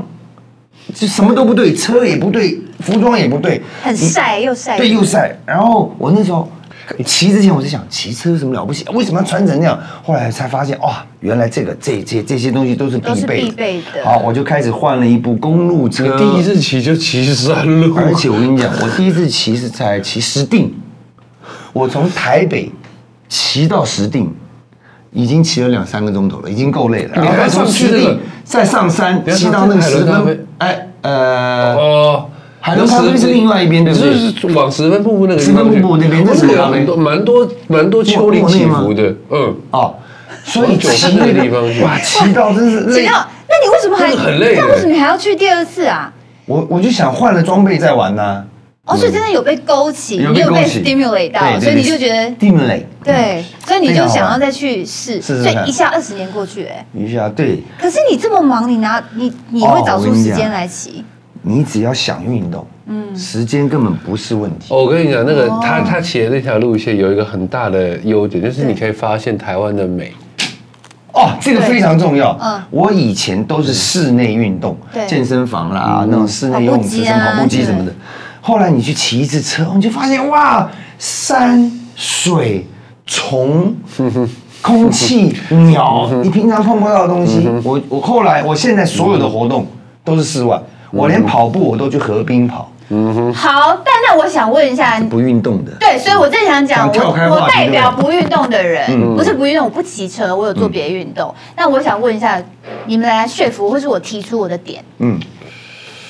[SPEAKER 3] 就什么都不对，车也不对，服装也不对，
[SPEAKER 4] 很晒又晒，
[SPEAKER 3] 哎对，又晒。然后我那时候骑之前，我就想骑车有什么了不起？为什么要穿成那样？后来才发现，哇、原来这个这这这些东西都是必
[SPEAKER 4] 都是
[SPEAKER 3] 备
[SPEAKER 4] 必备的
[SPEAKER 3] 好，我就开始换了一部公路车。
[SPEAKER 2] 第一，次骑就骑山路，
[SPEAKER 3] 而且我跟你讲，我第一次骑是在骑石碇，我从台北骑到石碇。已经骑了两三个钟头了，已经够累了。
[SPEAKER 2] 你还
[SPEAKER 3] 然后再
[SPEAKER 2] 上
[SPEAKER 3] 从
[SPEAKER 2] 去
[SPEAKER 3] 石
[SPEAKER 2] 那个
[SPEAKER 3] 碇再上山，
[SPEAKER 2] 你还
[SPEAKER 3] 骑
[SPEAKER 2] 上去
[SPEAKER 3] 到那个
[SPEAKER 2] 海
[SPEAKER 3] 十
[SPEAKER 2] 伦咖啡
[SPEAKER 3] 分，哎，呃，
[SPEAKER 2] 哦。
[SPEAKER 3] 海伦咖啡是另外一边对不对
[SPEAKER 2] 就是往石分瀑布那个地方去
[SPEAKER 3] 石分瀑布那边那是
[SPEAKER 2] 那
[SPEAKER 3] 海
[SPEAKER 2] 有
[SPEAKER 3] 咖啡
[SPEAKER 2] 很多蛮多蛮多丘陵起伏的，嗯，
[SPEAKER 3] 哦，所以
[SPEAKER 2] 往九
[SPEAKER 3] 骑
[SPEAKER 2] 份那个
[SPEAKER 3] 个
[SPEAKER 2] 地方去
[SPEAKER 3] 哇，骑到真是
[SPEAKER 4] 只
[SPEAKER 3] 累
[SPEAKER 4] 要那你为什么还
[SPEAKER 2] 真的很累
[SPEAKER 4] 那为什么你还要去第二次啊？
[SPEAKER 3] 我我就想换了装备再玩呐、
[SPEAKER 4] 哦，所以真的有被勾起，
[SPEAKER 3] 有
[SPEAKER 4] 你
[SPEAKER 3] 被
[SPEAKER 4] 有被
[SPEAKER 3] 勾起
[SPEAKER 4] stimulate 到，所以你就觉得
[SPEAKER 3] stimulate
[SPEAKER 4] 对，所以你
[SPEAKER 3] 非
[SPEAKER 4] 就
[SPEAKER 3] 常好玩
[SPEAKER 4] 想要再去试，
[SPEAKER 3] 嗯试试
[SPEAKER 4] 所以
[SPEAKER 3] 看
[SPEAKER 4] 一下二十年过去，哎，
[SPEAKER 3] 一下，对
[SPEAKER 4] 可是你这么忙，你拿你你
[SPEAKER 3] 哦
[SPEAKER 4] 会找出
[SPEAKER 3] 我跟你
[SPEAKER 4] 时
[SPEAKER 3] 讲
[SPEAKER 4] 间来骑？
[SPEAKER 3] 你只要想运动，嗯，时间根本不是问题。
[SPEAKER 2] 哦我跟你讲，那个
[SPEAKER 4] 哦
[SPEAKER 2] 他他骑的那条路线有一个很大的优点，就是你可以发现台湾的美。
[SPEAKER 3] 哦，这个非常重要。
[SPEAKER 4] 嗯
[SPEAKER 3] 我以前都是室内运动，
[SPEAKER 4] 对
[SPEAKER 3] 健身房啦，那种室内游泳池、
[SPEAKER 4] 跑步机啊
[SPEAKER 3] 什么跑步机什么的
[SPEAKER 4] 对。
[SPEAKER 3] 后来你去骑一次车，你就发现哇，山水 虫。空气、鸟，你平常碰不到的东西，我我后来，我现在所有的活动都是室外，我连跑步我都去河滨跑，嗯
[SPEAKER 4] 好，但那我想问一下，
[SPEAKER 3] 不运动的。
[SPEAKER 4] 对，所以我正想讲，
[SPEAKER 3] 想跳开话
[SPEAKER 4] 我
[SPEAKER 3] 题
[SPEAKER 4] 我代表
[SPEAKER 3] 对嗯不
[SPEAKER 4] 不运动的人，不是不运动，我不骑车，我有做别的运动。那我想问一下，你们来说服，或是我提出我的点，
[SPEAKER 3] 嗯，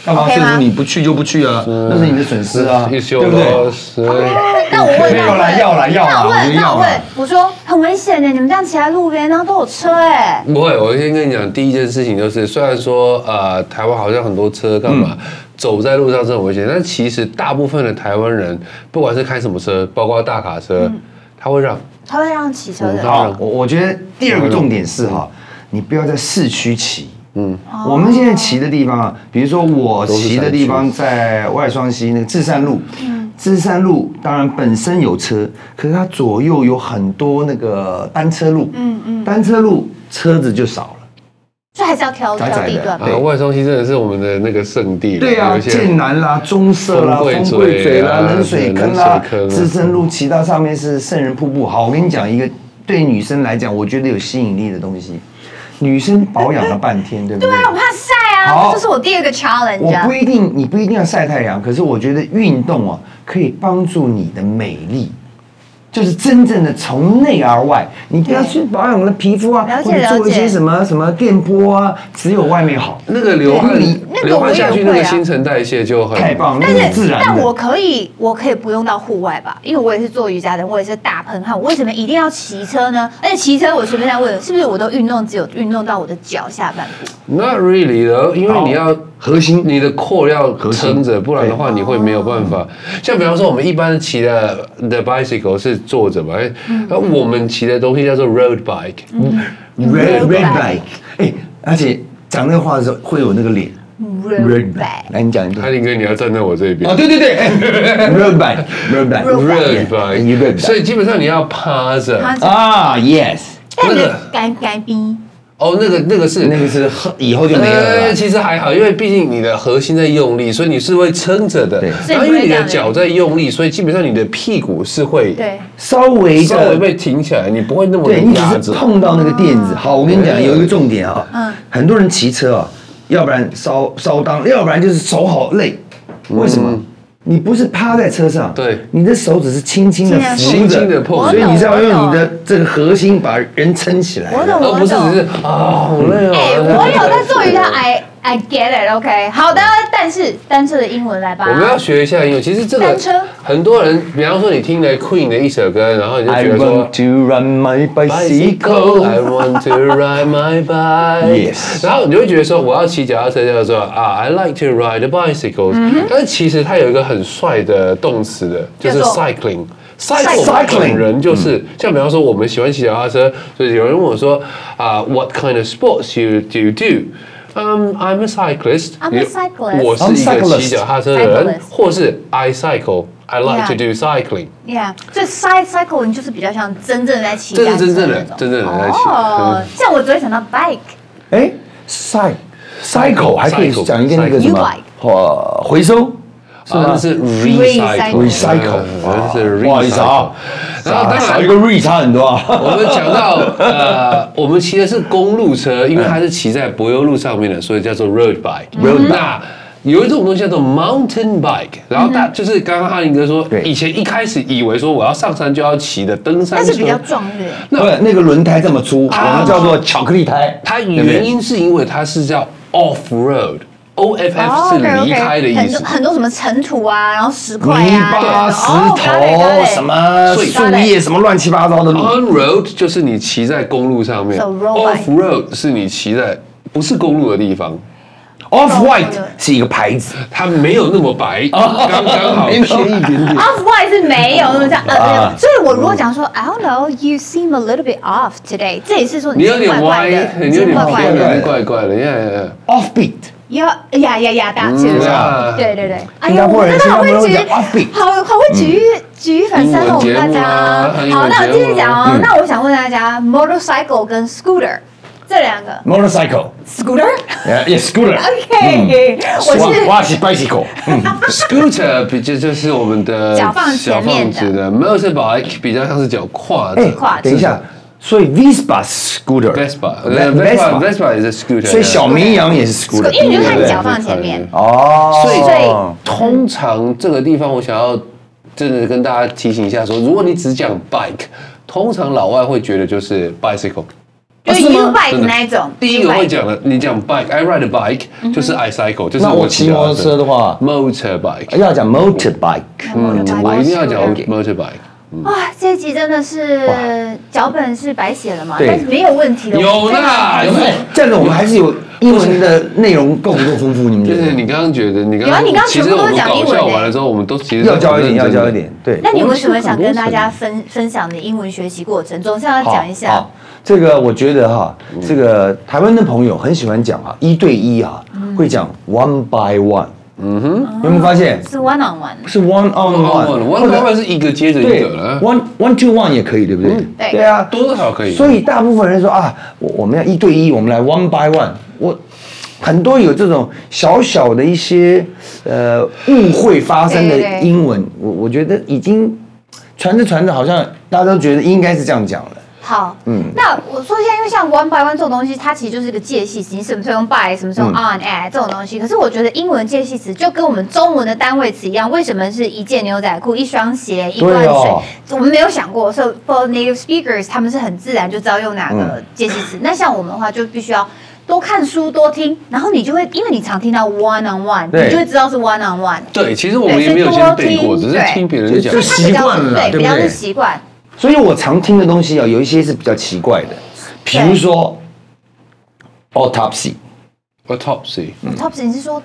[SPEAKER 3] 干嘛
[SPEAKER 4] OK
[SPEAKER 3] 说
[SPEAKER 4] 吗
[SPEAKER 3] 服你不去就不去啊？那是你的损失啊，
[SPEAKER 2] 一
[SPEAKER 3] 对
[SPEAKER 2] 修
[SPEAKER 3] 不对？
[SPEAKER 4] 那我问，
[SPEAKER 3] 哦没有
[SPEAKER 4] 那我
[SPEAKER 3] 啦
[SPEAKER 4] 问
[SPEAKER 3] 要啦要啦
[SPEAKER 4] 那我
[SPEAKER 3] 我觉
[SPEAKER 4] 问，
[SPEAKER 3] 得
[SPEAKER 4] 那
[SPEAKER 3] 要
[SPEAKER 4] 我
[SPEAKER 3] 啦
[SPEAKER 4] 问，我说很危险的，你们这样骑在路边，然后都有车哎，
[SPEAKER 2] 不会，我先跟你讲，第一件事情就是，虽然说呃，台湾好像很多车干嘛、
[SPEAKER 4] 嗯
[SPEAKER 2] 走在路上是很危险，但其实大部分的台湾人，不管是开什么车，包括大卡车，
[SPEAKER 4] 嗯
[SPEAKER 2] 他会让。
[SPEAKER 4] 他会让骑车的
[SPEAKER 2] 嗯。
[SPEAKER 3] 好，我我觉得第二个重点是哈，你不要在市区骑，嗯，我们现在骑的地方啊，比如说我骑的地方在外双溪那个至善路，至善路当然本身有车，可是它左右有很多那个单车路，嗯嗯，单车路车子就少了。
[SPEAKER 4] 所以还是要挑
[SPEAKER 3] 窄
[SPEAKER 4] 挑
[SPEAKER 3] 窄
[SPEAKER 4] 地
[SPEAKER 3] 的
[SPEAKER 4] 段嘛。
[SPEAKER 3] 对
[SPEAKER 2] 啊，外双溪真的是我们的那个圣地了。
[SPEAKER 3] 对啊，
[SPEAKER 2] 有一些
[SPEAKER 3] 剑南啦、中社啦、
[SPEAKER 2] 风柜
[SPEAKER 3] 风柜嘴
[SPEAKER 2] 嘴
[SPEAKER 3] 啦、
[SPEAKER 2] 啊
[SPEAKER 3] 冷水坑啦
[SPEAKER 2] 冷水坑、啊
[SPEAKER 3] 资深路骑到上面是圣人瀑布。好，我跟你讲一个对女生来讲，我觉得有吸引力的东西。女生保养了半天，对不对？
[SPEAKER 4] 对啊，我怕晒啊，
[SPEAKER 3] 好
[SPEAKER 4] 这是我第二个 challenge
[SPEAKER 3] 我
[SPEAKER 4] 啊。
[SPEAKER 3] 不一定，你不一定要晒太阳，可是我觉得运动啊，可以帮助你的美丽。就是真正的从内而外，你不要去保养了皮肤啊
[SPEAKER 4] 了，解
[SPEAKER 3] 或者
[SPEAKER 4] 了
[SPEAKER 3] 做一
[SPEAKER 4] 解
[SPEAKER 3] 些什么什么电波啊，只有外面好，
[SPEAKER 2] 那个流汗
[SPEAKER 3] 你
[SPEAKER 4] 那，个
[SPEAKER 2] 流
[SPEAKER 4] 我
[SPEAKER 2] 汗
[SPEAKER 4] 也
[SPEAKER 2] 下去，
[SPEAKER 4] 会
[SPEAKER 2] 那个
[SPEAKER 4] 啊
[SPEAKER 2] 新陈代谢就很
[SPEAKER 3] 太棒了，
[SPEAKER 4] 但
[SPEAKER 3] 那是自
[SPEAKER 4] 是，
[SPEAKER 3] 然的。
[SPEAKER 4] 但我可以，我可以不用到户外吧，因为我也是做瑜伽的，我也是大喷汗，我为什么一定要骑车呢？而且骑车，我随便在问，是不是我都运动只有运动到我的脚下半部？
[SPEAKER 2] Not really 的，因为
[SPEAKER 3] 好
[SPEAKER 2] 你要核心，你的 core 要
[SPEAKER 3] 心
[SPEAKER 2] 撑着，不然的话你会没有办法。像比方说我们一般骑的的 bicycle 是坐着嘛，哎
[SPEAKER 4] 嗯
[SPEAKER 2] 那我们骑的东西叫做 road bike，嗯
[SPEAKER 3] Red
[SPEAKER 4] Red
[SPEAKER 3] Red
[SPEAKER 4] Bike
[SPEAKER 3] Bike，哎，而且讲那个话的时候会有那个脸。
[SPEAKER 4] Red Bike
[SPEAKER 3] 来你讲一
[SPEAKER 2] 阿
[SPEAKER 3] 段。
[SPEAKER 2] 林哥你要站在我这边
[SPEAKER 3] 哦，。对对对哎 ，Red Bike，Red
[SPEAKER 2] road
[SPEAKER 3] y o
[SPEAKER 2] bike，所以基本上你要趴着。
[SPEAKER 4] 哦趴着
[SPEAKER 3] 啊，Yes，
[SPEAKER 4] 但
[SPEAKER 2] 那
[SPEAKER 4] 是
[SPEAKER 2] 个
[SPEAKER 4] 干干冰，
[SPEAKER 2] 哦，那个那个是
[SPEAKER 3] 那个是喝以后就没有了
[SPEAKER 2] 呃，
[SPEAKER 3] 啦。
[SPEAKER 2] 其实还好，因为毕竟你的核心在用力，所以你是会撑着的
[SPEAKER 3] 对。
[SPEAKER 2] 然后因为你的脚在用力，所以基本上你的屁股是会
[SPEAKER 4] 对，
[SPEAKER 3] 稍微
[SPEAKER 2] 稍微
[SPEAKER 3] 的，
[SPEAKER 2] 被挺起来，你不会那么
[SPEAKER 3] 对你
[SPEAKER 2] 压
[SPEAKER 3] 只是
[SPEAKER 2] 着。
[SPEAKER 3] 碰到那个垫子。好，我跟你讲，
[SPEAKER 2] 对嗯
[SPEAKER 3] 有一个重点啊，很多人骑车啊，要不然烧烧裆，要不然就是手好累。为什么？你不是趴在车上，
[SPEAKER 2] 嗯对
[SPEAKER 3] 你的手指是轻轻的
[SPEAKER 4] 轻
[SPEAKER 3] 扶着，
[SPEAKER 2] 轻轻地碰
[SPEAKER 3] 所以你是要
[SPEAKER 4] 我懂
[SPEAKER 3] 用
[SPEAKER 4] 我
[SPEAKER 3] 你的这个核心把人撑起来的。
[SPEAKER 4] 我懂
[SPEAKER 2] 而
[SPEAKER 4] 我
[SPEAKER 2] 哦不是只
[SPEAKER 4] 懂。
[SPEAKER 2] 是啊，好累哦。
[SPEAKER 4] 哎，我有在做瑜伽，I I get it，OK，好的。但是单车的英文来吧，
[SPEAKER 2] 我们要学一下音乐。其实这个
[SPEAKER 4] 啊单车
[SPEAKER 2] 很多人，比方说你听了 Queen 的一首歌，然后你就
[SPEAKER 3] I
[SPEAKER 2] 觉得说
[SPEAKER 3] want。to run my bicycle.
[SPEAKER 2] I want to ride my bike。
[SPEAKER 3] Yes
[SPEAKER 2] 然后你就会觉得说，我要骑脚踏车叫做啊，I like to ride bicycles、但是其实它有一个很帅的动词的，就是
[SPEAKER 4] 叫做
[SPEAKER 2] cycling。cycle
[SPEAKER 3] Cycling
[SPEAKER 2] 本人就是、像比方说，我们喜欢骑脚踏车，所以有人问我说啊、w h a t kind of sports you do you do？嗯、um,，I'm a cyclist。
[SPEAKER 4] I'm a cyclist
[SPEAKER 2] 我是一
[SPEAKER 3] I'm
[SPEAKER 2] 个
[SPEAKER 3] cyclist
[SPEAKER 2] 骑脚踏车的人
[SPEAKER 4] Cyclist，
[SPEAKER 2] 或是 I cycle。I like to do
[SPEAKER 4] Yeah
[SPEAKER 2] cycling。
[SPEAKER 4] Yeah，所以 side cycling 就是比较像真正在骑
[SPEAKER 2] 这
[SPEAKER 4] 单
[SPEAKER 2] 是
[SPEAKER 4] 车
[SPEAKER 2] 真正
[SPEAKER 4] 那
[SPEAKER 2] 的
[SPEAKER 4] 种，
[SPEAKER 2] 真正的在骑。
[SPEAKER 4] 哦
[SPEAKER 2] 嗯，
[SPEAKER 4] 像我昨天想到 bike，
[SPEAKER 3] 哎，cy cycle 还可以讲一个那个什
[SPEAKER 4] You
[SPEAKER 3] 么
[SPEAKER 4] like，
[SPEAKER 3] 呃，回收是
[SPEAKER 2] 啊，那
[SPEAKER 3] 吗？
[SPEAKER 2] 是
[SPEAKER 4] Recycle
[SPEAKER 3] recycle，
[SPEAKER 2] 那是 recycle。哦
[SPEAKER 3] 不好意思啊，
[SPEAKER 2] 然后当
[SPEAKER 3] 少一
[SPEAKER 2] 然
[SPEAKER 3] 个。re 差很多啊。
[SPEAKER 2] 我们讲到呃，我们骑的是公路车，因为它是骑在柏油路上面的，所以叫做 road bike。road
[SPEAKER 4] 嗯
[SPEAKER 2] 那有一种东西叫做 mountain bike，然后
[SPEAKER 4] 嗯
[SPEAKER 2] 它就是刚刚哈林哥说，
[SPEAKER 3] 对
[SPEAKER 2] 以前一开始以为说我要上山就要骑的登山
[SPEAKER 4] 但
[SPEAKER 2] 车
[SPEAKER 4] 是，比较壮烈。
[SPEAKER 3] 那不那个轮胎这么粗，我们叫做巧克力胎。
[SPEAKER 2] 它
[SPEAKER 3] 对不对
[SPEAKER 2] 原因是因为它是叫 off road，O F F 是离开的意
[SPEAKER 4] 哦很
[SPEAKER 2] 思
[SPEAKER 4] 多。很多什么尘土啊，然后石块
[SPEAKER 3] 泥
[SPEAKER 4] 啊，
[SPEAKER 3] 巴、石头、什么
[SPEAKER 2] 所以
[SPEAKER 3] 树叶、什么乱七八糟的路，
[SPEAKER 2] On road 就是你骑在公路上面
[SPEAKER 4] 嗯 So road
[SPEAKER 2] ，off road 是你骑在不是公路的地方，
[SPEAKER 3] Off White 是一个牌子，
[SPEAKER 2] 它没有那么白，
[SPEAKER 4] 哦
[SPEAKER 2] 刚刚 好偏一点点。
[SPEAKER 4] Off white 哦是没有那么叫
[SPEAKER 2] 啊
[SPEAKER 4] 呃，所以我如果讲说 I don't know, you seem a little bit off today，这也是说
[SPEAKER 2] 你有
[SPEAKER 4] 是
[SPEAKER 2] 点
[SPEAKER 4] 怪
[SPEAKER 2] 歪
[SPEAKER 4] 怪的，，
[SPEAKER 2] 你有点
[SPEAKER 4] 怪
[SPEAKER 2] 偏，
[SPEAKER 4] 怪
[SPEAKER 2] 有
[SPEAKER 4] 的。
[SPEAKER 2] 点怪怪的，呀
[SPEAKER 3] Off Beat。
[SPEAKER 4] 要呀呀呀，大家
[SPEAKER 2] 嗯
[SPEAKER 4] 记得
[SPEAKER 2] 啊
[SPEAKER 4] 吧？对对对，哎
[SPEAKER 3] 新
[SPEAKER 4] 呀，
[SPEAKER 3] 加
[SPEAKER 4] 我
[SPEAKER 3] 坡
[SPEAKER 4] 们
[SPEAKER 3] 人
[SPEAKER 4] 真的好会
[SPEAKER 3] 新
[SPEAKER 4] 举
[SPEAKER 3] 加坡人讲 offbeat，
[SPEAKER 4] 好好会举一举一反三了，我们
[SPEAKER 2] 英文
[SPEAKER 4] 大
[SPEAKER 2] 节目
[SPEAKER 4] 家。
[SPEAKER 2] 啊嗯嗯英文节目
[SPEAKER 4] 好，那我继续讲哦。那我想问大家，motorcycle 跟 scooter 这两个
[SPEAKER 3] Motorcycle，
[SPEAKER 4] ，scooter
[SPEAKER 3] 呃也 scooter，
[SPEAKER 4] OK，我是
[SPEAKER 3] 我是 bicycle，嗯
[SPEAKER 2] ，scooter 比较就是我们的
[SPEAKER 4] 脚放前面的
[SPEAKER 2] 小放置的，motorbike 比较像是脚跨着
[SPEAKER 3] 哎
[SPEAKER 4] 跨
[SPEAKER 3] 等一下，所以 Vespa 是 scooter。
[SPEAKER 2] ，Vespa，呃 Vespa
[SPEAKER 3] Vespa，
[SPEAKER 2] Vespa 也是 scooter，
[SPEAKER 3] 所以小绵羊也是 scooter。
[SPEAKER 4] 因为你就
[SPEAKER 3] 对
[SPEAKER 4] 看
[SPEAKER 3] 不对
[SPEAKER 4] 脚放前面。
[SPEAKER 3] 哦，
[SPEAKER 2] 所以
[SPEAKER 4] 所以
[SPEAKER 2] 通常这个地方，我想要真的跟大家提醒一下说如果你只讲 bike，通常老外会觉得就是 bicycle。
[SPEAKER 4] 就是 U bike
[SPEAKER 2] 哦真的
[SPEAKER 4] 那一种，
[SPEAKER 2] 第一个
[SPEAKER 4] U-bike
[SPEAKER 2] 会讲的，你讲 bike，I ride a
[SPEAKER 4] 嗯
[SPEAKER 2] bike，就是 I cycle，就是
[SPEAKER 3] 那我骑摩托车的
[SPEAKER 2] 话
[SPEAKER 3] 话，
[SPEAKER 2] ，motorbike，
[SPEAKER 3] 要讲 motorbike。
[SPEAKER 4] 嗯
[SPEAKER 2] 我一定要讲
[SPEAKER 3] motorbike
[SPEAKER 2] motorbike。
[SPEAKER 4] 哇，这一集真的是脚本是白写了嘛？
[SPEAKER 3] 对
[SPEAKER 4] 但是没有问题的，啊
[SPEAKER 2] 有
[SPEAKER 4] 我们
[SPEAKER 2] 啦
[SPEAKER 3] 有
[SPEAKER 4] 真的
[SPEAKER 3] 没有？这样子我们还是有英文的内容够不够丰富？你们
[SPEAKER 2] 就
[SPEAKER 3] 觉得
[SPEAKER 2] 是？你刚刚觉得，你刚
[SPEAKER 4] 有啊你刚刚
[SPEAKER 2] 其实
[SPEAKER 4] 全部
[SPEAKER 2] 我
[SPEAKER 4] 都
[SPEAKER 2] 们
[SPEAKER 4] 讲
[SPEAKER 2] 搞
[SPEAKER 4] 英文
[SPEAKER 2] 笑
[SPEAKER 4] 欸
[SPEAKER 2] 完了之后，我们都其实
[SPEAKER 3] 要教一点，
[SPEAKER 2] 很
[SPEAKER 3] 要
[SPEAKER 2] 认真
[SPEAKER 3] 教一
[SPEAKER 2] 的
[SPEAKER 3] 点，对。
[SPEAKER 4] 那你为什么想跟大家分分享你的英文学习过程？总是要
[SPEAKER 3] 好
[SPEAKER 4] 讲一下
[SPEAKER 3] 好。这个我觉得哈，这个台湾的朋友很喜欢讲啊，一对一啊，
[SPEAKER 4] 嗯
[SPEAKER 3] 会讲 one by one。嗯哼，有没有发现
[SPEAKER 4] 是 one on one。
[SPEAKER 3] 是 one on one，
[SPEAKER 2] 我我
[SPEAKER 3] 或者
[SPEAKER 2] 老板是一个接着一
[SPEAKER 3] 对
[SPEAKER 2] 个了，
[SPEAKER 3] one one to one 也可以，对不对？
[SPEAKER 4] 嗯对
[SPEAKER 3] 对啊，
[SPEAKER 2] 多多少少可以。
[SPEAKER 3] 所以大部分人说啊，我我们要一对一，我们来 one by one。我很多有这种小小的一些呃误会发生
[SPEAKER 4] 对对
[SPEAKER 3] 的英文，我我觉得已经传着传着，好像大家都觉得应该是这样讲了。
[SPEAKER 4] 好，
[SPEAKER 3] 嗯
[SPEAKER 4] 那我说一下，因为像 one by one 这种东西，它其实就是个介系词，你什么时候用 by，什么时候用 on at 这种东西。可是我觉得英文介系词就跟我们中文的单位词一样，为什么是一件牛仔裤、一双鞋、一罐
[SPEAKER 3] 对
[SPEAKER 4] 水？
[SPEAKER 3] 哦
[SPEAKER 4] 我们没有想过。所以 for native speakers，他们是很自然就知道用哪
[SPEAKER 3] 嗯
[SPEAKER 4] 个介系词。那像我们的话，就必须要。多看书，多听，然后你就会，因为你常听到 one on one，
[SPEAKER 3] 对
[SPEAKER 4] 你就会知道是 one on one。
[SPEAKER 2] 对，其实我们
[SPEAKER 4] 对
[SPEAKER 2] 也没有
[SPEAKER 4] 所以
[SPEAKER 2] 先
[SPEAKER 4] 多
[SPEAKER 2] 背过，
[SPEAKER 4] 听
[SPEAKER 2] 只是
[SPEAKER 4] 对
[SPEAKER 2] 听别人讲
[SPEAKER 3] 就。
[SPEAKER 4] 它
[SPEAKER 3] 习惯了
[SPEAKER 4] 比较是
[SPEAKER 3] 对
[SPEAKER 4] 对，
[SPEAKER 3] 不对
[SPEAKER 4] 比较是习惯。
[SPEAKER 3] 所以我常听的东西啊，有一些是比较奇怪的，比如说 autopsy，
[SPEAKER 2] autopsy
[SPEAKER 3] 嗯
[SPEAKER 4] Top，你是说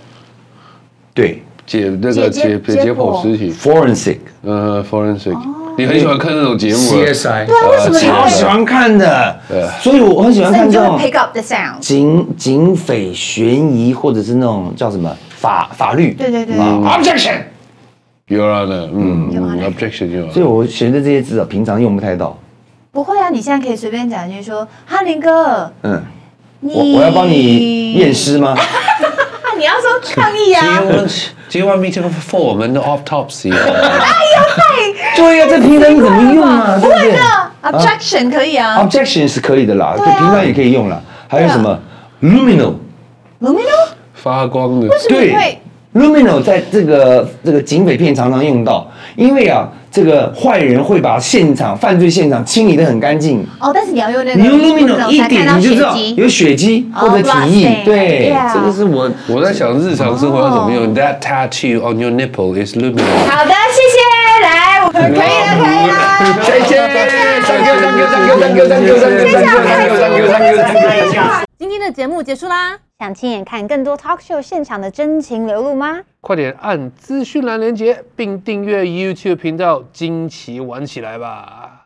[SPEAKER 3] 对
[SPEAKER 2] 解那个
[SPEAKER 4] 解
[SPEAKER 2] 解
[SPEAKER 4] 解
[SPEAKER 2] 解
[SPEAKER 4] 解剖
[SPEAKER 2] 剖尸体，
[SPEAKER 3] forensic，
[SPEAKER 2] 呃，forensic，你很喜欢看那种节目啊，
[SPEAKER 3] CSI，
[SPEAKER 4] 对啊？为什么你
[SPEAKER 3] 超喜
[SPEAKER 4] 会？
[SPEAKER 3] 欢看的
[SPEAKER 2] 对，
[SPEAKER 3] 所以我很喜欢
[SPEAKER 4] 所以
[SPEAKER 3] 看
[SPEAKER 4] 你
[SPEAKER 3] 这
[SPEAKER 4] 就
[SPEAKER 3] 种
[SPEAKER 4] 会 pick up the sound。
[SPEAKER 3] 警警匪悬疑，或者是那种叫什么法法律，
[SPEAKER 4] 对对对
[SPEAKER 3] 啊 objection。
[SPEAKER 2] 有啊的，嗯
[SPEAKER 4] 有啊
[SPEAKER 2] 嗯，objection 有啊
[SPEAKER 3] 所以我学的这些字啊，平常用不太到。
[SPEAKER 4] 不会啊，你现在可以随便讲一句说：“哈林哥，
[SPEAKER 3] 嗯，
[SPEAKER 4] 你
[SPEAKER 3] 我我要帮你验尸 吗？
[SPEAKER 4] 啊，你要说抗议
[SPEAKER 2] ，Do
[SPEAKER 4] 啊
[SPEAKER 2] you want Do you want me to perform 我们的 autopsy？啊
[SPEAKER 4] 哎
[SPEAKER 3] 对呀、这平常你怎么用 啊？对不对
[SPEAKER 4] 啊，objection 可以啊
[SPEAKER 3] ？Objection 是可以的啦，
[SPEAKER 4] 对
[SPEAKER 3] 对，
[SPEAKER 4] 啊
[SPEAKER 3] 平常也可以用啦。还有什么 luminal？
[SPEAKER 4] ，Lumino
[SPEAKER 2] 发光的，
[SPEAKER 4] 为什么会
[SPEAKER 3] Luminal 在这个这个警匪片常常用到，因为啊，这个坏人会把现场犯罪现场清理得很干净，
[SPEAKER 4] 哦，但是你要用那个
[SPEAKER 3] 你用 Luminal 一
[SPEAKER 4] 才看
[SPEAKER 3] 点
[SPEAKER 4] 到
[SPEAKER 3] 你就
[SPEAKER 4] 血
[SPEAKER 3] 知道
[SPEAKER 4] 迹。
[SPEAKER 3] 有血迹
[SPEAKER 4] 哦
[SPEAKER 3] 或者体
[SPEAKER 4] ，blood stain，
[SPEAKER 3] 液，对
[SPEAKER 4] yeah，
[SPEAKER 3] 这个是我
[SPEAKER 2] 我在想日常生活要怎么用？That tattoo on your nipple is luminous。
[SPEAKER 4] 好的，谢谢，来，我们可以了，可以了。
[SPEAKER 3] 谢谢，三哥三哥三哥三哥三哥三哥三哥三哥三哥三哥三哥。
[SPEAKER 1] 今天的节目结束啦，
[SPEAKER 5] 想亲眼看更多 talk show 现场的真情流露吗？
[SPEAKER 7] 快点按资讯栏连接，并订阅 YouTube 频道，惊奇玩起来吧！